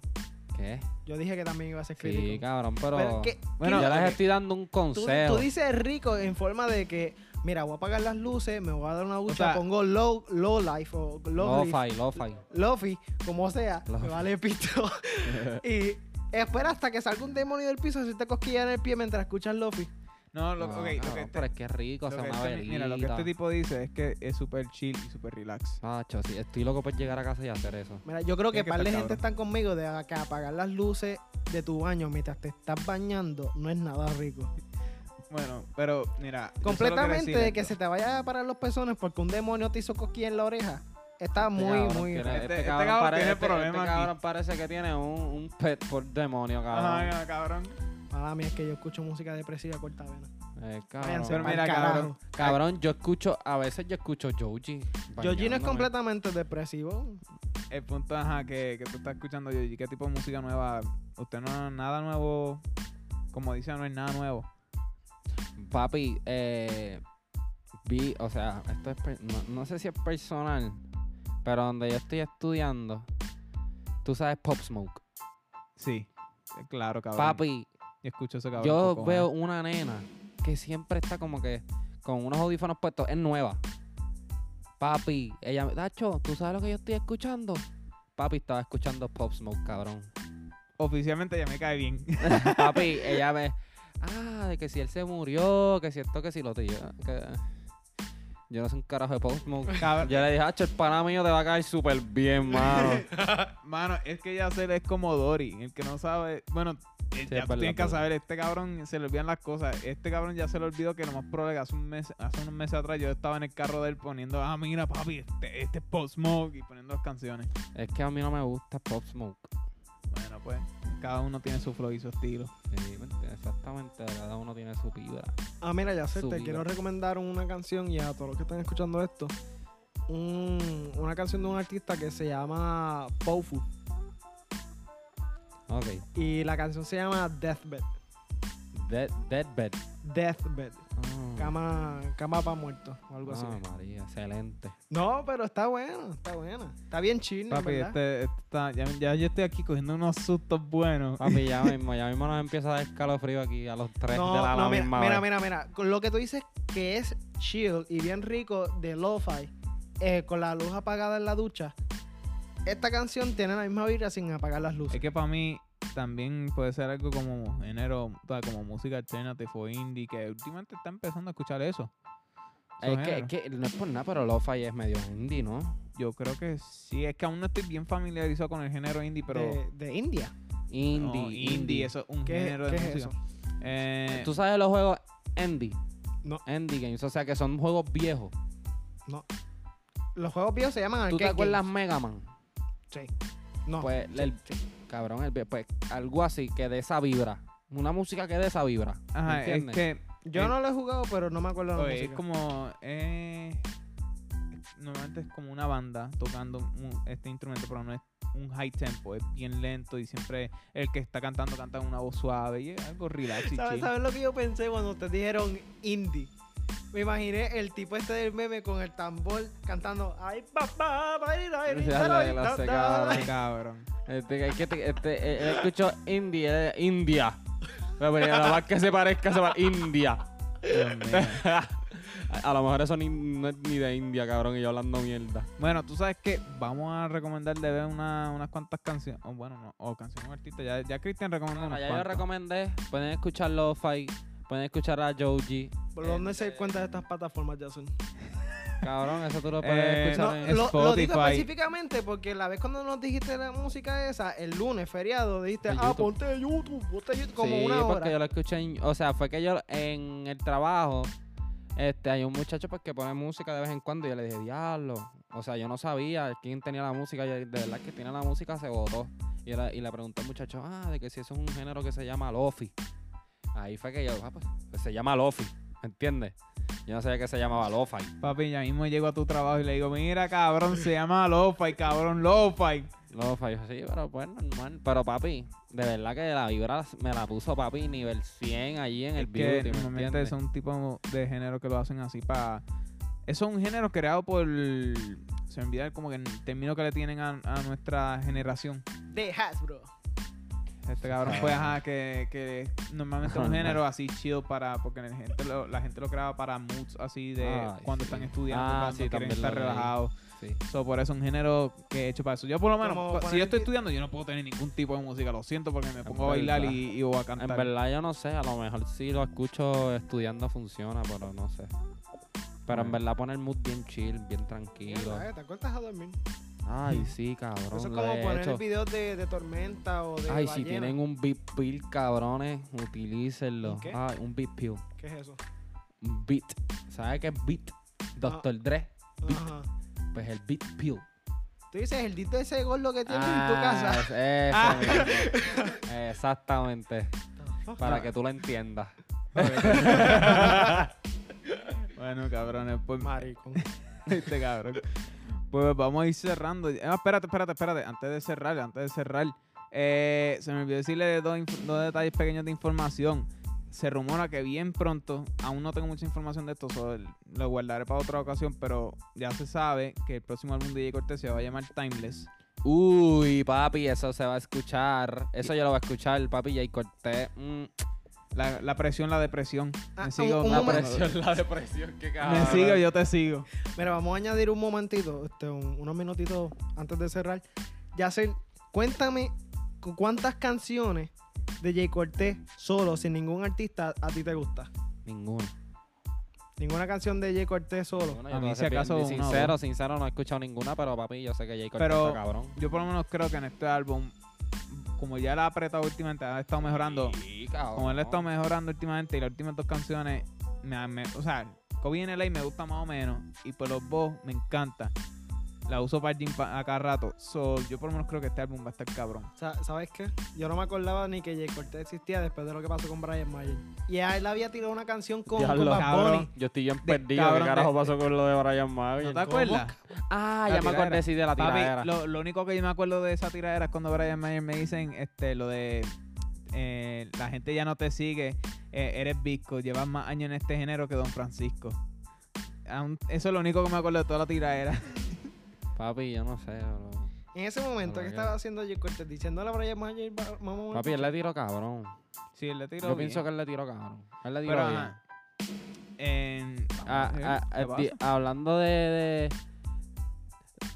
Speaker 2: ¿Qué?
Speaker 3: Yo dije que también iba a ser
Speaker 2: Sí,
Speaker 3: crítico.
Speaker 2: cabrón, pero.
Speaker 3: Pero que-
Speaker 2: Bueno,
Speaker 1: que-
Speaker 2: yo les estoy dando un
Speaker 3: Tú,
Speaker 2: consejo.
Speaker 3: tú dices rico en forma de que, mira, voy a apagar las luces, me voy a dar una ducha,
Speaker 1: sea-
Speaker 3: pongo low, low life o low
Speaker 2: Lo-fi,
Speaker 3: life,
Speaker 2: lo-fi.
Speaker 3: lofi, como sea,
Speaker 2: Lo-fi.
Speaker 3: me vale pito. (laughs) y espera hasta que salga un demonio del piso si te cosquilla en el pie mientras escuchas lofi.
Speaker 1: No,
Speaker 2: No,
Speaker 1: lo, ok, lo
Speaker 2: cabrón,
Speaker 1: que te-
Speaker 2: pero es que es rico, o
Speaker 1: lo
Speaker 2: sea,
Speaker 1: que
Speaker 2: una
Speaker 1: este-
Speaker 2: velita.
Speaker 1: mira, lo que este tipo dice es que es súper chill y súper relax.
Speaker 2: Macho, sí, estoy loco por llegar a casa y hacer eso.
Speaker 3: Mira, yo creo que
Speaker 1: Es que
Speaker 3: par de
Speaker 1: está
Speaker 3: gente
Speaker 1: cabrón.
Speaker 3: están conmigo de que apagar las luces de tu baño mientras te estás bañando no es nada rico.
Speaker 1: Bueno, pero mira. yo solo quiero
Speaker 3: Completamente
Speaker 1: decir
Speaker 3: de que
Speaker 1: esto.
Speaker 3: se te vaya a parar los pezones porque un demonio te hizo cosquilla en la oreja. Está
Speaker 2: Este
Speaker 3: muy,
Speaker 2: cabrón
Speaker 3: muy...
Speaker 2: tiene-
Speaker 1: Este-
Speaker 2: Este
Speaker 1: este
Speaker 2: cabrón
Speaker 1: cabrón
Speaker 2: parece-
Speaker 1: tiene
Speaker 2: este-
Speaker 1: problema
Speaker 2: este
Speaker 1: aquí.
Speaker 2: cabrón parece que tiene un, un pet por demonio,
Speaker 3: Ah.
Speaker 1: Ajá,
Speaker 2: cabrón.
Speaker 1: ya, cabrón.
Speaker 3: Mala mía, es que yo escucho música depresiva corta vena.
Speaker 2: Eh,
Speaker 3: Váyanse
Speaker 1: Pero
Speaker 2: cabrón.
Speaker 3: pa'l
Speaker 1: mira, cabrón.
Speaker 2: Cabrón, yo escucho, a veces yo escucho Joji.
Speaker 3: Yoji no es
Speaker 2: bañándome.
Speaker 3: completamente depresivo.
Speaker 1: El punto, ajá, que, que tú estás escuchando, Yoji, ¿qué tipo de música nueva? Usted no, nada nuevo, como dice, no es nada nuevo.
Speaker 2: Papi, eh, vi, o sea, esto es, per- no, no sé si es personal, pero donde yo estoy estudiando, tú sabes Pop Smoke.
Speaker 1: Sí, eh, claro, cabrón.
Speaker 2: Papi,
Speaker 1: Yo escucho eso, cabrón.
Speaker 2: yo
Speaker 1: con cojones.
Speaker 2: veo una nena que siempre está como que con unos audífonos puestos, es nueva. Papi, ella me, Dacho, ¿tú sabes lo que yo estoy escuchando? Papi estaba escuchando Pop Smoke, cabrón.
Speaker 1: Oficialmente ya me cae bien. (laughs)
Speaker 2: (laughs) Papi, ella me. Ah, de que si él se murió, que si esto, que si lo tío. que- Yo no sé un carajo de Pop
Speaker 1: (laughs)
Speaker 2: Smoke.
Speaker 1: Cabrón,
Speaker 2: Yo le dije, ah, el pana mío te va a caer súper bien, mano.
Speaker 1: (laughs) Mano, es que ya ser es como Dory, el que no sabe. Bueno, Eh,
Speaker 2: Sí,
Speaker 1: ya
Speaker 2: es
Speaker 1: tú
Speaker 2: verdad,
Speaker 1: tienes que
Speaker 2: es
Speaker 1: saber, este cabrón se le olvidan las cosas. Este cabrón ya se le olvidó que lo más probable que hace, un mes, hace unos meses atrás yo estaba en el carro de él poniendo, ah, mira, papi, este, este es Post Smoke", y poniendo las canciones.
Speaker 2: Es que a mí no me gusta Pop Smoke.
Speaker 1: Bueno, pues, cada uno tiene su flow y su estilo.
Speaker 2: Sí, ¿me entiendes? exactamente, cada uno tiene su vibra.
Speaker 3: Ah, mira, ya sé,
Speaker 2: Su
Speaker 3: te
Speaker 2: vida.
Speaker 3: quiero recomendar una canción y a todos los que están escuchando esto. un- una canción de un artista que se llama Pofu.
Speaker 2: Ok,
Speaker 3: Y la canción se llama Deathbed.
Speaker 2: Dead, Deadbed.
Speaker 3: Deathbed.
Speaker 2: Ah,
Speaker 3: Cama, cama para muerto o algo así.
Speaker 2: ah, María, excelente.
Speaker 3: No, pero está buena, está buena. Está bien chill,
Speaker 1: Papi,
Speaker 3: ¿verdad?
Speaker 1: este, este está, ya, ya yo estoy aquí cogiendo unos sustos buenos.
Speaker 2: Papi, ya mismo, ya mismo nos empieza a dar escalofrío aquí a los tres
Speaker 3: No,
Speaker 2: Pues, de la, la
Speaker 3: no, mira,
Speaker 2: misma
Speaker 3: mira,
Speaker 2: vez.
Speaker 3: mira, mira. Con lo que tú dices que es chill y bien rico de lo-fi, eh, con la luz apagada en la ducha, esta canción tiene la misma vibra sin apagar las luces.
Speaker 1: Es que para mí también puede ser algo como género, o sea, como música alternativa o indie, que últimamente está empezando a escuchar eso. Esos
Speaker 2: Es que, es
Speaker 1: géneros.
Speaker 2: que no es por nada, pero Lo-Fi es medio indie, ¿no?
Speaker 1: Yo creo que sí, es que aún no estoy bien familiarizado con el género indie, pero...
Speaker 3: de, de India.
Speaker 1: No,
Speaker 2: Indie,
Speaker 1: indie, eso es un
Speaker 3: ¿Qué,
Speaker 1: género de
Speaker 3: qué es
Speaker 1: música.
Speaker 3: eso?
Speaker 1: Eh,
Speaker 2: ¿Tú sabes los juegos indie?
Speaker 3: No.
Speaker 2: Indie games, o sea que son juegos viejos.
Speaker 3: Los juegos viejos se llaman
Speaker 2: ¿Tú te
Speaker 3: arcade
Speaker 2: acuerdas
Speaker 3: Ah, games.
Speaker 2: Mega Man?
Speaker 3: Sí. No.
Speaker 2: Pues,
Speaker 3: sí,
Speaker 2: el-
Speaker 3: sí.
Speaker 2: Cabrón, el, vie- pues algo así que de esa vibra. Una música que de esa vibra.
Speaker 1: ajá, es
Speaker 2: ¿entiendes?
Speaker 1: que
Speaker 3: Yo
Speaker 1: eh,
Speaker 3: no lo he jugado, pero no me acuerdo la
Speaker 2: pues,
Speaker 1: oye, es
Speaker 3: música.
Speaker 1: como eh, normalmente es como una banda tocando un- este instrumento, pero no es un high tempo, es bien lento y siempre el que está cantando canta con una voz suave y es algo relax y
Speaker 3: ¿Sabes
Speaker 1: chill.
Speaker 3: sabes lo que yo pensé cuando ustedes dijeron indie? Me imaginé el tipo este del meme con el tambor cantando ay papá,
Speaker 2: Ya lo- ya lo sé, cabrón.
Speaker 1: Ay, cabrón.
Speaker 2: Este, es que te- este, eh, él escuchó indie, eh, India. Pero, pero, nada más que se parezca, se parezca. India. (laughs)
Speaker 1: Dios mío.
Speaker 2: a, a lo mejor eso ni, no es ni de India, cabrón, y yo hablando mierda.
Speaker 1: Bueno, tú sabes que vamos a recomendar de ver una, unas cuantas canciones, o bueno, no, o canciones o artistas. Ya, ya Cristian recomendó
Speaker 2: Bueno,
Speaker 1: unas
Speaker 2: ya yo
Speaker 1: cuantas.
Speaker 2: recomendé, pueden escuchar Lo-Fi, pueden escuchar a Joji.
Speaker 3: ¿Por dónde se cuenta de estas plataformas, Jason?
Speaker 2: Cabrón, eso tú lo puedes
Speaker 1: Eh,
Speaker 2: escuchar
Speaker 3: No,
Speaker 2: en
Speaker 1: es
Speaker 3: lo, lo digo
Speaker 1: Spotify.
Speaker 3: específicamente porque la vez cuando nos dijiste la música esa, el lunes, feriado, dijiste,
Speaker 2: En
Speaker 3: ah,
Speaker 2: YouTube.
Speaker 3: ponte YouTube, ponte YouTube, como
Speaker 2: sí,
Speaker 3: una
Speaker 2: porque
Speaker 3: hora.
Speaker 2: yo lo escuché en, o sea, fue que yo en el trabajo, este, hay un muchacho pues, que pone música de vez en cuando y yo le dije, diablo. O sea, yo no sabía quién tenía la música, y de verdad que tiene la música se votó. Y, era- y le pregunté al muchacho, ah, de que si eso es un género que se llama Lofi. Ahí fue que yo, ah, pues, pues, se llama Lofi, ¿me entiendes? Yo no sabía que se llamaba Lofi.
Speaker 1: Papi, ya mismo llego a tu trabajo y le digo, mira, cabrón, se llama Lo-Fi, cabrón, Lo-Fi.
Speaker 2: Lofi, yo, sí, pero pues normal. Pero papi, de verdad que la vibra me la puso papi nivel 100 allí en el
Speaker 1: que
Speaker 2: beauty, ¿me
Speaker 1: normalmente
Speaker 2: entiendes?
Speaker 1: son un tipo de género que lo hacen así para... Eso es un género creado por... Se me olvida como que el término que le tienen a, a nuestra generación.
Speaker 3: De Hasbro.
Speaker 2: (laughs)
Speaker 1: Este cabrón pues ajá, que, que normalmente es un
Speaker 2: Normal.
Speaker 1: género así chill para... Porque la gente lo, la gente lo creaba para moods así de
Speaker 2: Ay,
Speaker 1: cuando
Speaker 2: sí.
Speaker 1: están estudiando,
Speaker 2: Ah,
Speaker 1: cuando
Speaker 2: sí,
Speaker 1: quieren
Speaker 2: también lo
Speaker 1: estar
Speaker 2: leí.
Speaker 1: relajados.
Speaker 2: Sí.
Speaker 1: So, por eso es un género que he hecho para eso. Yo por lo menos,
Speaker 3: Como
Speaker 1: pa- si
Speaker 3: poner
Speaker 1: yo estoy
Speaker 3: ti-
Speaker 1: estudiando, yo no puedo tener ningún tipo de música. Lo siento porque me pongo a
Speaker 2: verdad.
Speaker 1: bailar y, y voy a
Speaker 2: En
Speaker 1: cantar.
Speaker 2: verdad yo no sé, a lo mejor si lo escucho estudiando funciona, pero no sé. Pero en
Speaker 1: Mm.
Speaker 2: verdad pone el mood bien chill, bien tranquilo.
Speaker 3: Mierda, eh, Te acuestas a dormir.
Speaker 2: Ay, sí, cabrón.
Speaker 3: Eso es
Speaker 2: lo
Speaker 3: como
Speaker 2: he
Speaker 3: poner
Speaker 2: hecho.
Speaker 3: videos de, de tormenta o de
Speaker 2: Ay, si
Speaker 3: ballena.
Speaker 2: tienen un beat peel, cabrones, utilícenlo.
Speaker 3: ¿Un qué?
Speaker 2: Ay, un beat peel.
Speaker 3: ¿Qué es eso?
Speaker 2: Un beat. ¿Sabes qué es beat? Doctor Dre. Beat.
Speaker 3: Ajá.
Speaker 2: Pues el beat peel.
Speaker 3: Tú dices, el dito ese gordo que tienes en tu
Speaker 2: Ah,
Speaker 3: casa.
Speaker 2: es-
Speaker 3: Ah.
Speaker 2: ese mismo. Exactamente. Para que tú lo
Speaker 3: (laughs)
Speaker 2: entiendas.
Speaker 1: Bueno, cabrones, pues...
Speaker 3: Maricón.
Speaker 1: (laughs) este cabrón. Pues vamos a ir cerrando. Ah, espérate, espérate, espérate. Antes de cerrar, antes de cerrar. eh, se me olvidó decirle dos, inf- dos detalles pequeños de información. Se rumora que bien pronto, aún no tengo mucha información de esto, so, el- lo guardaré para otra ocasión, pero ya se sabe que el próximo álbum de DJ Cortez se va a llamar Timeless.
Speaker 2: Uy, papi, eso se va a escuchar. Eso yo lo voy a escuchar, papi. Y corté. mm,
Speaker 1: La, la presión, la depresión.
Speaker 3: Ah,
Speaker 1: me sigo.
Speaker 3: un- un
Speaker 1: me-
Speaker 2: la
Speaker 3: momento.
Speaker 2: presión, la depresión, qué
Speaker 1: (laughs)
Speaker 2: cabrón.
Speaker 1: me sigo, yo te sigo.
Speaker 3: Mira, vamos a añadir un momentito, este, un- unos minutitos antes de cerrar. Yacel, cuéntame cu- cuántas canciones de Jay Cortés solo, sin ningún artista, a ti te gusta.
Speaker 2: Ninguno.
Speaker 3: Ninguna canción de Jay Cortés solo.
Speaker 2: Ninguno,
Speaker 1: A
Speaker 2: yo te
Speaker 1: mí
Speaker 2: voy
Speaker 1: si
Speaker 2: ser bien
Speaker 1: acaso una o
Speaker 2: Sincero, sincero, no he escuchado ninguna, pero papi, yo sé que Jay corté
Speaker 1: Pero-
Speaker 2: está cabrón.
Speaker 1: Yo por lo menos creo que en este álbum como ya la ha apretado últimamente, ha estado mejorando.
Speaker 2: Sí, cabrón.
Speaker 1: Como él ha estado mejorando últimamente y las últimas dos canciones, me, me- o sea, Kobe LA me gusta más o menos y por los dos me encanta. La uso para el gym pa- a cada rato. So, yo por lo menos creo que este álbum va a estar cabrón.
Speaker 3: Sa- ¿Sabes qué? Yo no me acordaba ni que Jay Cortez existía después de lo que pasó con Brian Mayer. Y a él había tirado una canción con,
Speaker 4: Diablo.
Speaker 3: con Bad Bunny.
Speaker 1: Cabrón.
Speaker 4: Yo estoy bien
Speaker 1: De-
Speaker 4: perdido.
Speaker 1: cabrón,
Speaker 4: ¿Qué
Speaker 1: de-
Speaker 4: carajo pasó con lo de Brian Mayer?
Speaker 1: ¿No te acuerdas?
Speaker 4: Ah,
Speaker 1: La
Speaker 4: ya me acordé,
Speaker 1: tiradera.
Speaker 4: sí, de la tiradera.
Speaker 1: Papi, lo, lo único que yo me acuerdo de esa tiradera es cuando Brian Mayer me dicen este, lo de eh, la gente ya no te sigue, eh, eres visco, llevas más años en este género que Don Francisco. Aún- Eso es lo único que me acuerdo de toda la tiradera. (laughs)
Speaker 2: Papi, yo no sé, bro.
Speaker 3: En ese momento,
Speaker 2: Oh
Speaker 3: ¿qué
Speaker 2: my
Speaker 3: estaba haciendo Jay Cortez? Diciéndole a Brian Mayer, va- vamos a
Speaker 2: Papi, él le tiró cabrón.
Speaker 1: Sí, él le tiró.
Speaker 2: Yo
Speaker 1: bien.
Speaker 2: pienso que él le tiró cabrón. Él le tiró
Speaker 1: Pero,
Speaker 2: bien.
Speaker 1: ajá. En-
Speaker 2: Ah,
Speaker 1: Vamos a
Speaker 2: ah,
Speaker 1: ver,
Speaker 2: ah,
Speaker 1: ¿qué pasa?
Speaker 2: di- hablando de, de-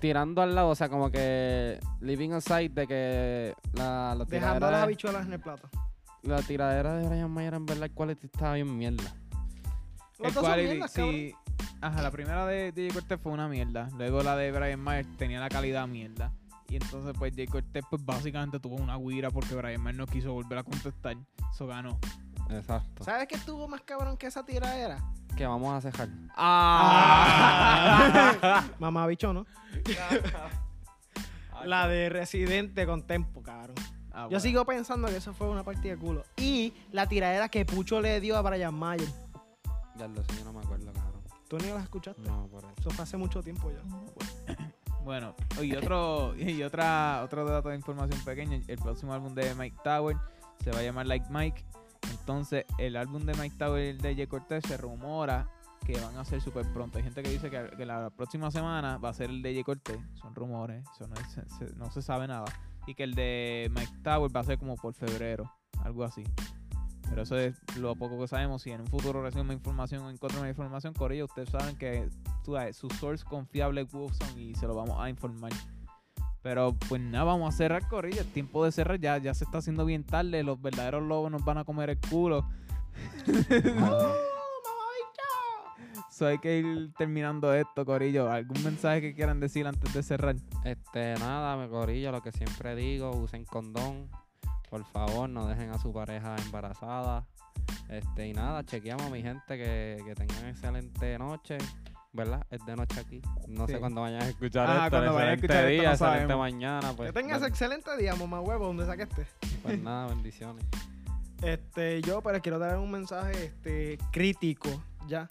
Speaker 2: Tirando al lado, o sea, como que. Living aside de que. La, la
Speaker 3: dejando las
Speaker 2: tiradera. De,
Speaker 3: habichuelas en el plato.
Speaker 2: la tiradera de Brian Mayer en verdad, el quality estaba bien mierda.
Speaker 3: Los
Speaker 1: El
Speaker 3: dos son
Speaker 1: cual,
Speaker 3: mierdas, cabrón.
Speaker 1: sí, ajá, la primera de DJ Cortez fue una mierda. Luego la de Brian Mayer tenía la calidad mierda. Y entonces, pues, Jay Cortez, pues, básicamente tuvo una guira porque Brian Mayer no quiso volver a contestar. Eso ganó.
Speaker 2: Exacto.
Speaker 3: ¿Sabes qué estuvo más cabrón que esa tiradera?
Speaker 2: Que vamos a cejar.
Speaker 3: Ah.
Speaker 1: Ah.
Speaker 3: (laughs) Mamá bicho, ¿no? La de Residente con Tempo, cabrón.
Speaker 1: Ah,
Speaker 3: Yo
Speaker 1: bueno.
Speaker 3: sigo pensando que eso fue una partida de culo. Y la tiradera que Pucho le dio a Brian Mayer.
Speaker 2: Ya lo sé, yo no me acuerdo, cabrón.
Speaker 3: ¿Tú ni la escuchaste?
Speaker 2: No, por eso.
Speaker 3: Eso fue hace mucho tiempo ya.
Speaker 1: Bueno, y otro, (laughs) y otra, otro dato de información pequeña, el próximo álbum de Mike Tower se va a llamar Like Mike. Entonces, el álbum de Mike Tower y el de Jay Cortez se rumora que van a ser súper pronto. Hay gente que dice que, que la próxima semana va a ser el de Jay Cortez. Son rumores, eso no, es- se- se- no se sabe nada. Y que el de Mike Tower va a ser como por febrero, algo así. Pero eso es lo poco que sabemos. Si en un futuro recibo más información o encuentro más información, Corillo, ustedes saben que tú sabes, su source confiable es Wolfson y se lo vamos a informar. Pero pues nada, vamos a cerrar Corillo. Es tiempo de cerrar. Ya, ya se está haciendo bien tarde. Los verdaderos lobos nos van a comer el culo. So hay que ir terminando esto, Corillo. ¿Algún mensaje que quieran decir antes de
Speaker 3: (laughs)
Speaker 1: cerrar?
Speaker 2: Este, nada, me corillo, lo que siempre digo, usen condón. Por favor, no dejen a su pareja embarazada. Este, y nada, chequeamos mi gente que, que tengan excelente noche. ¿Verdad? Es de noche aquí. No
Speaker 1: Sí.
Speaker 2: sé cuándo vayan a escuchar
Speaker 1: Ajá,
Speaker 2: esto.
Speaker 1: cuando vayan a
Speaker 2: excelente
Speaker 1: escuchar esto
Speaker 2: día,
Speaker 1: no
Speaker 2: excelente
Speaker 1: sabemos.
Speaker 2: mañana. Pues,
Speaker 3: que tengas
Speaker 2: pues,
Speaker 3: excelente día, mamá huevo, donde saqueste.
Speaker 2: pues nada, bendiciones.
Speaker 3: Este, yo, pero quiero dar un mensaje este, crítico, ya.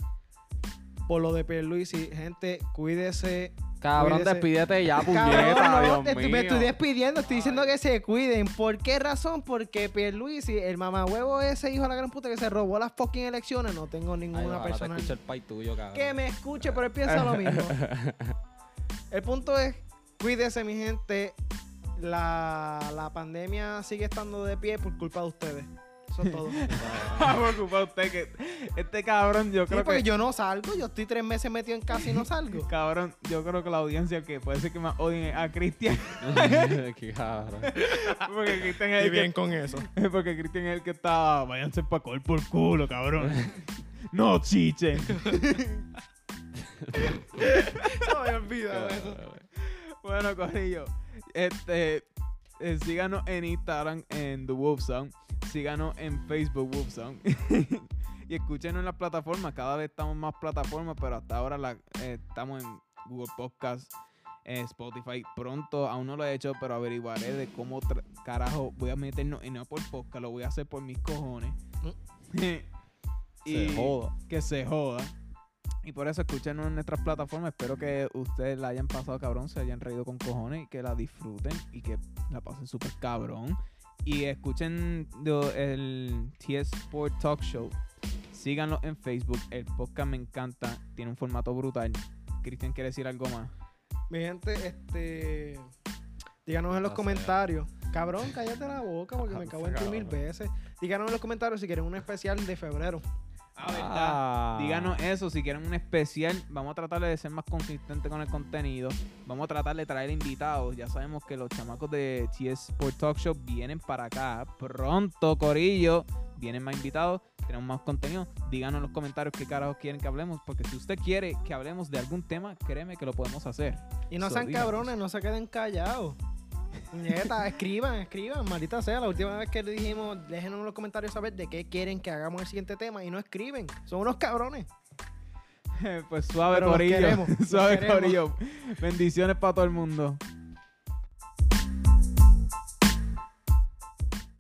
Speaker 3: Por lo de Pierluisi, gente, cuídese.
Speaker 2: Cabrón,
Speaker 3: Cuídese.
Speaker 2: despídete ya,
Speaker 3: Cabrón,
Speaker 2: puñeta,
Speaker 3: no,
Speaker 2: Dios
Speaker 3: te estoy- me
Speaker 2: mío.
Speaker 3: estoy despidiendo, estoy diciendo que se cuiden. ¿Por qué razón? Porque Pierluisi, el mamahuevo ese hijo de la gran puta que se robó las fucking elecciones, no tengo
Speaker 2: Ay,
Speaker 3: ninguna
Speaker 2: ojalá te
Speaker 3: persona.
Speaker 2: escuche el pay tuyo, cabrón.
Speaker 3: Que me escuche, pero él piensa lo mismo. El punto es, cuídese mi gente. La, la pandemia sigue estando de pie por culpa de ustedes. Eso es
Speaker 2: (laughs)
Speaker 3: todo.
Speaker 1: Preocupa Ah, usted que este cabrón, yo
Speaker 3: Sí,
Speaker 1: creo
Speaker 3: porque
Speaker 1: que
Speaker 3: yo no salgo, yo estoy tres meses metido en casa y
Speaker 1: (laughs)
Speaker 3: no salgo.
Speaker 1: cabrón, yo creo que la audiencia que puede ser que más odien es a Cristian,
Speaker 2: (laughs)
Speaker 1: (laughs)
Speaker 2: Qué cabrón.
Speaker 1: porque Cristian es el que
Speaker 3: con eso.
Speaker 1: Porque Cristian (laughs) es el que estaba, váyanse pa' coger por culo, cabrón. No chichen.
Speaker 3: (laughs) No me olvido de eso.
Speaker 1: Bueno, Corillo, este, eh, síganos en Instagram en The Wolf Sound. Síganos en Facebook Wolf Sound. (laughs) y escúchenos en las plataformas. Cada vez estamos en más plataformas, pero hasta ahora la- eh, estamos en Google Podcast, eh, Spotify. Pronto, aún no lo he hecho, pero averiguaré de cómo tra- carajo voy a meternos en Apple Podcast. Lo voy a hacer por mis cojones. (laughs)
Speaker 4: Se joda.
Speaker 1: que se joda. Y por eso escúchenos en nuestras plataformas. Espero que ustedes la hayan pasado cabrón, se hayan reído con cojones y que la disfruten y que la pasen súper cabrón. Y escuchen lo- el TS Sport Talk Show. Síganlo en Facebook. El podcast me encanta. Tiene un formato brutal. Cristian quiere decir algo más.
Speaker 3: Mi gente, este. Díganos en los
Speaker 2: No sé.
Speaker 3: comentarios. Cabrón, cállate la boca porque me cago en ti mil
Speaker 2: Cabrón.
Speaker 3: veces. Díganos en los comentarios si quieren un especial de febrero.
Speaker 1: Ah, ¿verdad?
Speaker 2: Ah.
Speaker 1: Díganos eso, si quieren un especial, vamos a tratar de ser más consistentes con el contenido. Vamos a tratar de traer invitados. Ya sabemos que los chamacos de TS Sport Talk Show vienen para acá pronto, Corillo. Vienen más invitados, tenemos más contenido. Díganos en los comentarios qué carajos quieren que hablemos, porque si usted quiere que hablemos de algún tema, créeme que lo podemos hacer. (laughs)
Speaker 3: Y no
Speaker 1: So,
Speaker 3: sean
Speaker 1: díganos.
Speaker 3: cabrones, no se queden callados. Nieta, escriban, escriban. Maldita sea, la última vez que le dijimos, déjenos en los comentarios saber de qué quieren que hagamos el siguiente tema y no escriben. Son unos cabrones.
Speaker 1: pues suave,
Speaker 3: Pero los
Speaker 1: Corillo.
Speaker 3: queremos,
Speaker 1: (laughs)
Speaker 3: los
Speaker 1: Suave,
Speaker 3: queremos.
Speaker 1: Corillo. Bendiciones para todo el mundo.